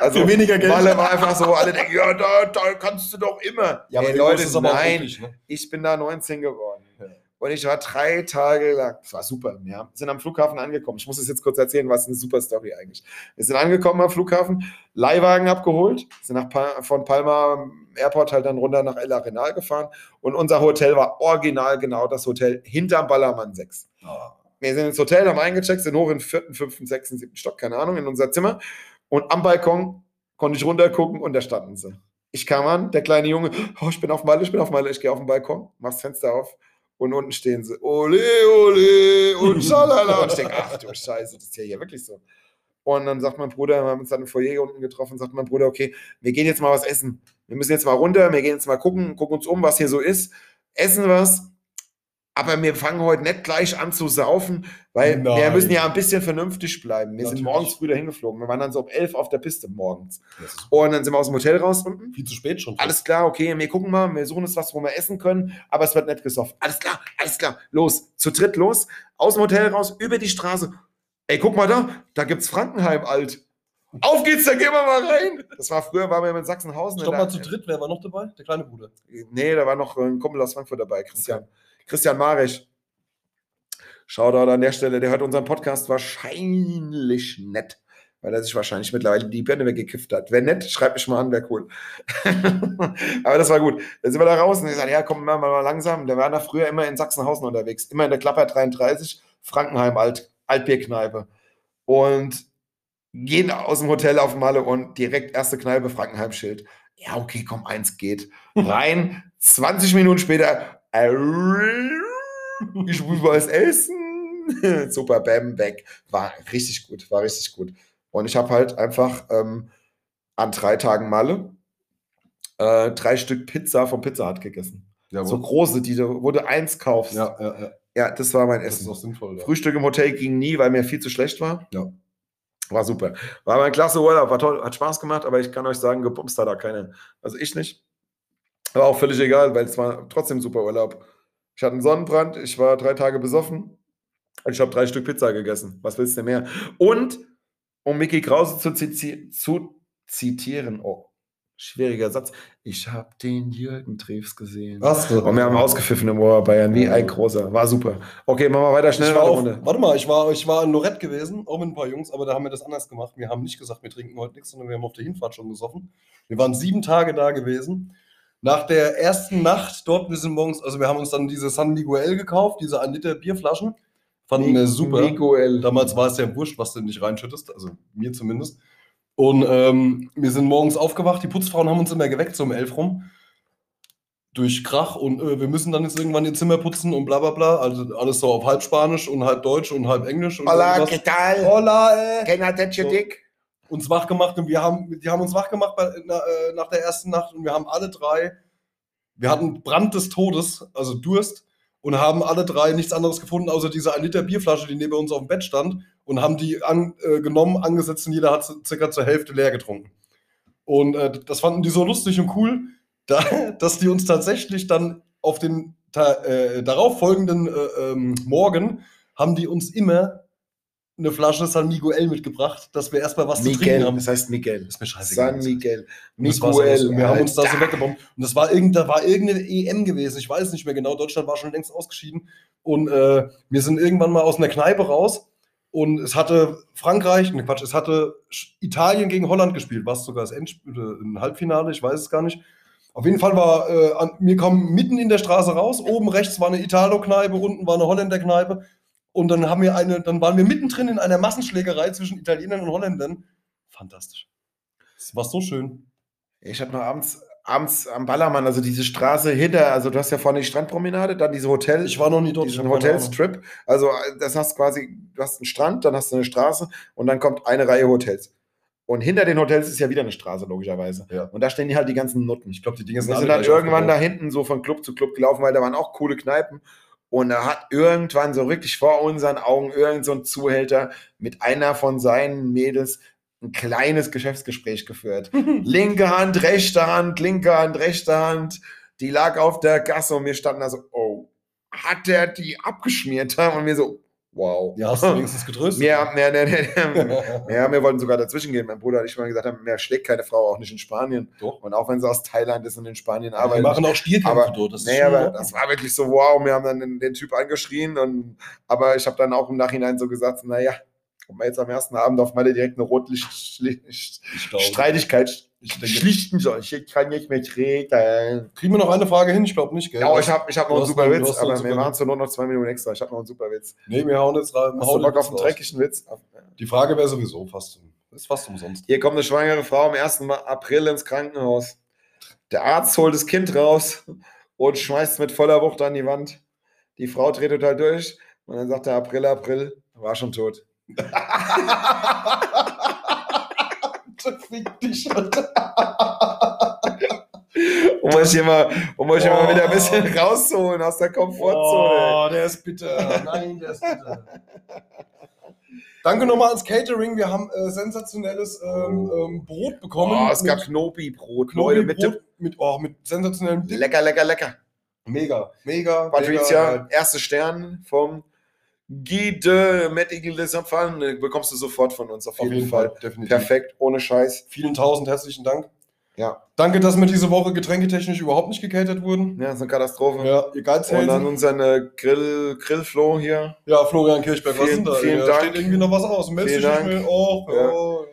Speaker 1: Also
Speaker 2: für weniger Geld.
Speaker 1: Malle war einfach so, alle denken, ja, da, da kannst du doch immer.
Speaker 2: Genau. ja, aber
Speaker 1: Ey,
Speaker 2: die
Speaker 1: Leute,
Speaker 2: Wurst
Speaker 1: nein,
Speaker 2: wirklich, ne?
Speaker 1: ich bin da 19 geworden.
Speaker 2: Ja.
Speaker 1: Und ich war drei Tage lang, das war super, ja, sind am Flughafen angekommen. Ich muss es jetzt kurz erzählen, was eine super Story eigentlich. Wir sind angekommen am Flughafen, Leihwagen abgeholt, sind nach pa von Palma Airport halt dann runter nach El Arenal gefahren und unser Hotel war original genau das Hotel hinterm Ballermann 6.
Speaker 2: Ah,
Speaker 1: Wir sind ins Hotel, haben eingecheckt, sind hoch in den vierten, fünften, sechsten, siebten Stock, keine Ahnung, in unser Zimmer und am Balkon konnte ich runtergucken und da standen sie. Ich kam an, der kleine Junge, oh, ich bin auf Malle, ich bin auf Malle, ich gehe auf den Balkon, mach das Fenster auf und unten stehen sie, ole, ole und schalala. Und ich denke, ach du Scheiße, das ist ja hier wirklich so. Und dann sagt mein Bruder, wir haben uns dann im Foyer unten getroffen, sagt mein Bruder, okay, wir gehen jetzt mal was essen. Wir müssen jetzt mal runter, wir gehen jetzt mal gucken, gucken uns um, was hier so ist, essen was. Aber wir fangen heute nicht gleich an zu saufen, weil wir
Speaker 2: Nein.
Speaker 1: müssen ja ein bisschen vernünftig bleiben. Wir sind
Speaker 2: Natürlich.
Speaker 1: morgens früh dahin geflogen. Wir waren dann so um elf auf der Piste morgens.
Speaker 2: Das ist
Speaker 1: Und dann sind wir aus dem Hotel raus unten.
Speaker 2: viel zu spät schon.
Speaker 1: Alles klar, okay, wir gucken mal, wir suchen uns was, wo wir essen können, aber es wird nicht gesoffen. Alles klar, alles klar, los, zu dritt los, aus dem Hotel raus, über die Straße. Ey, guck mal da, da gibt's Frankenheim alt. Auf geht's, da gehen wir mal rein. Das war früher, waren wir in Sachsenhausen.
Speaker 2: Stopp
Speaker 1: in der-
Speaker 2: mal zu dritt, wer war noch dabei? Der kleine Bruder.
Speaker 1: Nee, da war noch äh, ein Kumpel aus Frankfurt dabei, Christian. Christian Marisch. Shoutout an der Stelle, der hört unseren Podcast wahrscheinlich nett, weil er sich wahrscheinlich mittlerweile die Birne weggekifft hat. Wenn nett, schreibt mich mal an, wäre cool. Aber das war gut. Dann sind wir da raus und ich sage, ja, komm mal, mal, mal langsam. Da waren da früher immer in Sachsenhausen unterwegs, immer in der Klapper 33, Frankenheim, Alt, Altbierkneipe. Und gehen aus dem Hotel auf Malle und direkt erste Kneipe, Frankenheim-Schild. Ja, okay, komm, eins geht rein. 20 Minuten später, äh, ich muss was essen. Super, bam, weg. War richtig gut, war richtig gut. Und ich habe halt einfach ähm, an drei Tagen Malle äh, drei Stück Pizza vom Pizza Hut gegessen.
Speaker 2: Ja,
Speaker 1: So große, die du, wo du eins kaufst.
Speaker 2: ja, ja, ja.
Speaker 1: Ja, das war mein
Speaker 2: Das
Speaker 1: Essen.
Speaker 2: ist auch sinnvoll. Ja.
Speaker 1: Frühstück im Hotel ging nie, weil mir viel zu schlecht war.
Speaker 2: Ja.
Speaker 1: War super. War mein klasse Urlaub, war toll, hat Spaß gemacht, aber ich kann euch sagen, gebumst hat da keiner. Also ich nicht. Aber auch völlig egal, weil es war trotzdem super Urlaub. Ich hatte einen Sonnenbrand, ich war drei Tage besoffen und ich habe drei Stück Pizza gegessen. Was willst du denn mehr? Und, um Mickey Krause zu, ziti zu zitieren, oh, schwieriger Satz, ich habe den Jürgen Treves gesehen.
Speaker 2: Was?
Speaker 1: Und wir haben ausgepfiffen im Ohr Bayern, wie ein großer. War super. Okay, machen wir weiter, schnell
Speaker 2: Ich war
Speaker 1: weiter
Speaker 2: auf,
Speaker 1: Runde.
Speaker 2: warte mal, ich war, ich war in Lorette gewesen, auch mit ein paar Jungs, aber da haben wir das anders gemacht. Wir haben nicht gesagt, wir trinken heute nichts, sondern wir haben auf der Hinfahrt schon gesoffen. Wir waren sieben Tage da gewesen. Nach der ersten Nacht dort, wir sind morgens, also wir haben uns dann diese San Miguel gekauft, diese 1 Liter Bierflaschen. Fanden wir super.
Speaker 1: Miguel.
Speaker 2: Damals war es ja wurscht, was du nicht reinschüttest, also mir zumindest. Und ähm, wir sind morgens aufgewacht, die Putzfrauen haben uns immer geweckt, so um elf rum. Durch Krach und äh, wir müssen dann jetzt irgendwann ihr Zimmer putzen und bla bla bla. Also alles so auf halb Spanisch und halb Deutsch und halb Englisch. Und
Speaker 1: Hola, ¿qué
Speaker 2: irgendwas.
Speaker 1: tal?
Speaker 2: Hola, ey.
Speaker 1: Kenner der
Speaker 2: Oh, So.
Speaker 1: Dick?
Speaker 2: Uns wach gemacht und wir haben, die haben uns wach gemacht bei, na, äh, nach der ersten Nacht und wir haben alle drei, wir hatten Brand des Todes, also Durst und haben alle drei nichts anderes gefunden, außer diese 1 Liter Bierflasche, die neben uns auf dem Bett stand und haben die an, äh, genommen, angesetzt und jeder hat so circa zur Hälfte leer getrunken. Und äh, das fanden die so lustig und cool, da, dass die uns tatsächlich dann auf den ta äh, darauffolgenden äh, ähm, Morgen haben die uns immer eine Flasche San Miguel mitgebracht, dass wir erstmal was zu trinken haben.
Speaker 1: das heißt Miguel.
Speaker 2: Ist mir scheißegal.
Speaker 1: San Miguel.
Speaker 2: Und das war so lustig.
Speaker 1: Miguel,
Speaker 2: wir haben uns da so
Speaker 1: Alter.
Speaker 2: weggebombt. Und das war irgend, da war irgendeine EM gewesen. Ich weiß nicht mehr genau. Deutschland war schon längst ausgeschieden. Und äh, wir sind irgendwann mal aus einer Kneipe raus. Und es hatte Frankreich, ne Quatsch, es hatte Sch- Italien gegen Holland gespielt. War es sogar das Endspiel, äh, ein Halbfinale, ich weiß es gar nicht. Auf jeden Fall war, äh, an, wir kommen mitten in der Straße raus. Oben rechts war eine Italo-Kneipe, unten war eine Holländer-Kneipe. Und dann haben wir eine, dann waren wir mittendrin in einer Massenschlägerei zwischen Italienern und Holländern. Fantastisch. Es war so schön.
Speaker 1: Ich habe noch abends, abends am Ballermann, also diese Straße hinter, also du hast ja vorne die Strandpromenade, dann diese Hotel,
Speaker 2: Ich war noch nie dort. ich
Speaker 1: diesen
Speaker 2: hab keine Ahnung.
Speaker 1: Hotelstrip. Also äh, das hast quasi, du hast einen Strand, dann hast du eine Straße und dann kommt eine Reihe Hotels. Und hinter den Hotels ist ja wieder eine Straße, logischerweise.
Speaker 2: Ja.
Speaker 1: Und da stehen die halt die ganzen Nutten.
Speaker 2: Ich glaube, die halt Dinge
Speaker 1: Wir
Speaker 2: alle
Speaker 1: sind dann
Speaker 2: gleich
Speaker 1: irgendwann da
Speaker 2: aufgebaut.
Speaker 1: hinten so von Club zu Club gelaufen, weil da waren auch coole Kneipen. Und da hat irgendwann so wirklich vor unseren Augen irgend so ein Zuhälter mit einer von seinen Mädels ein kleines Geschäftsgespräch geführt. linke Hand, rechte Hand, linke Hand, rechte Hand. Die lag auf der Gasse und wir standen da so, oh, hat der die abgeschmiert? Und wir so, Wow.
Speaker 2: Ja, hast du wenigstens getröstet?
Speaker 1: Mehr, mehr, mehr, mehr, mehr, mehr, wir wollten sogar dazwischen gehen. Mein Bruder und ich mal gesagt haben, mehr schlägt keine Frau, auch nicht in Spanien.
Speaker 2: Doch.
Speaker 1: Und auch wenn sie aus Thailand ist und in Spanien
Speaker 2: Aber wir
Speaker 1: arbeitet.
Speaker 2: machen auch Stierkämpfe
Speaker 1: aber-
Speaker 2: dort. Das ist
Speaker 1: Nee,
Speaker 2: schon in
Speaker 1: aber
Speaker 2: Ordnung.
Speaker 1: das war wirklich so, wow, wir haben dann den, den Typ angeschrien. Und, aber ich habe dann auch im Nachhinein so gesagt, naja, ob wir jetzt am ersten Abend auf Malle direkt eine Rotlichtstreitigkeit
Speaker 2: Ich glaube. Ich denke-
Speaker 1: schlichten soll. Ich kann nicht mehr treten.
Speaker 2: Kriegen wir noch eine Frage hin? Ich glaube nicht, gell?
Speaker 1: Ja, ich habe ich hab noch einen
Speaker 2: Du hast
Speaker 1: super
Speaker 2: noch- du
Speaker 1: Witz,
Speaker 2: hast noch einen
Speaker 1: aber wir
Speaker 2: super
Speaker 1: machen zur Not noch zwei Minuten extra. Ich habe noch einen super Witz.
Speaker 2: nee, wir hauen jetzt rein.
Speaker 1: Hast du
Speaker 2: hauen
Speaker 1: Bock
Speaker 2: jetzt
Speaker 1: auf einen
Speaker 2: raus.
Speaker 1: dreckigen Witz?
Speaker 2: Die Frage wäre sowieso fast, um, ist fast umsonst.
Speaker 1: Hier kommt eine schwangere Frau am 1. Ma- April ins Krankenhaus. Der Arzt holt das Kind raus und schmeißt es mit voller Wucht an die Wand. Die Frau dreht total durch und dann sagt der April, April, war schon tot.
Speaker 2: Fick dich, Alter.
Speaker 1: Um euch hier mal, um euch hier mal
Speaker 2: Oh.
Speaker 1: wieder ein bisschen rauszuholen aus der Komfortzone.
Speaker 2: Oh, der ist bitter. Nein, der ist bitter. Danke nochmal ans Catering. Wir haben äh, sensationelles ähm, ähm, Brot
Speaker 1: Oh,
Speaker 2: bekommen.
Speaker 1: es gab
Speaker 2: mit
Speaker 1: Knobi-Brot, Leute,
Speaker 2: Knoblauchbrot
Speaker 1: mit Dip.
Speaker 2: mit, oh, mit sensationellem Dip.
Speaker 1: Lecker, lecker, lecker.
Speaker 2: Mega, mega.
Speaker 1: Patricia,
Speaker 2: mega.
Speaker 1: erste Stern vom Guy de Medical des Empfang bekommst du sofort von uns, auf
Speaker 2: Auf
Speaker 1: jeden, Fall.
Speaker 2: definitiv.
Speaker 1: Perfekt, ohne Scheiß.
Speaker 2: Vielen tausend herzlichen Dank.
Speaker 1: Ja.
Speaker 2: Danke, dass wir diese Woche getränketechnisch überhaupt nicht gecatert wurden.
Speaker 1: Ja, das ist eine Katastrophe.
Speaker 2: Ja, ihr
Speaker 1: Und dann
Speaker 2: Geizhelden.
Speaker 1: unseren äh, Grill, Grillfloh hier.
Speaker 2: Ja, Florian Kirchberg, was
Speaker 1: Vielen-
Speaker 2: sind da?
Speaker 1: vielen
Speaker 2: da
Speaker 1: Dank.
Speaker 2: steht irgendwie noch was aus.
Speaker 1: Vielen Dank.
Speaker 2: Mehr. Oh,
Speaker 1: Ja.
Speaker 2: oh, oh,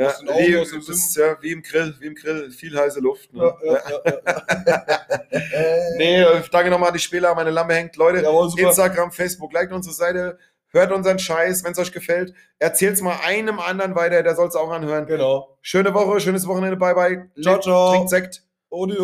Speaker 1: Ja,
Speaker 2: aus den
Speaker 1: wie,
Speaker 2: Augen, aus dem Sinn.
Speaker 1: das, ja, wie im Grill, wie im Grill, viel heiße Luft. Ne?
Speaker 2: Ja, ja, ja, ja.
Speaker 1: Nee, äh, danke nochmal an die Spieler, meine Lampe hängt. Leute,
Speaker 2: Jawohl, super.
Speaker 1: Instagram, Facebook, liked unsere Seite, hört unseren Scheiß, wenn es euch gefällt. Erzählt's mal einem anderen weiter, der soll's auch anhören.
Speaker 2: Genau.
Speaker 1: Schöne Woche, schönes Wochenende, bye bye.
Speaker 2: Ciao, ciao.
Speaker 1: Trinkt Sekt.
Speaker 2: Audio.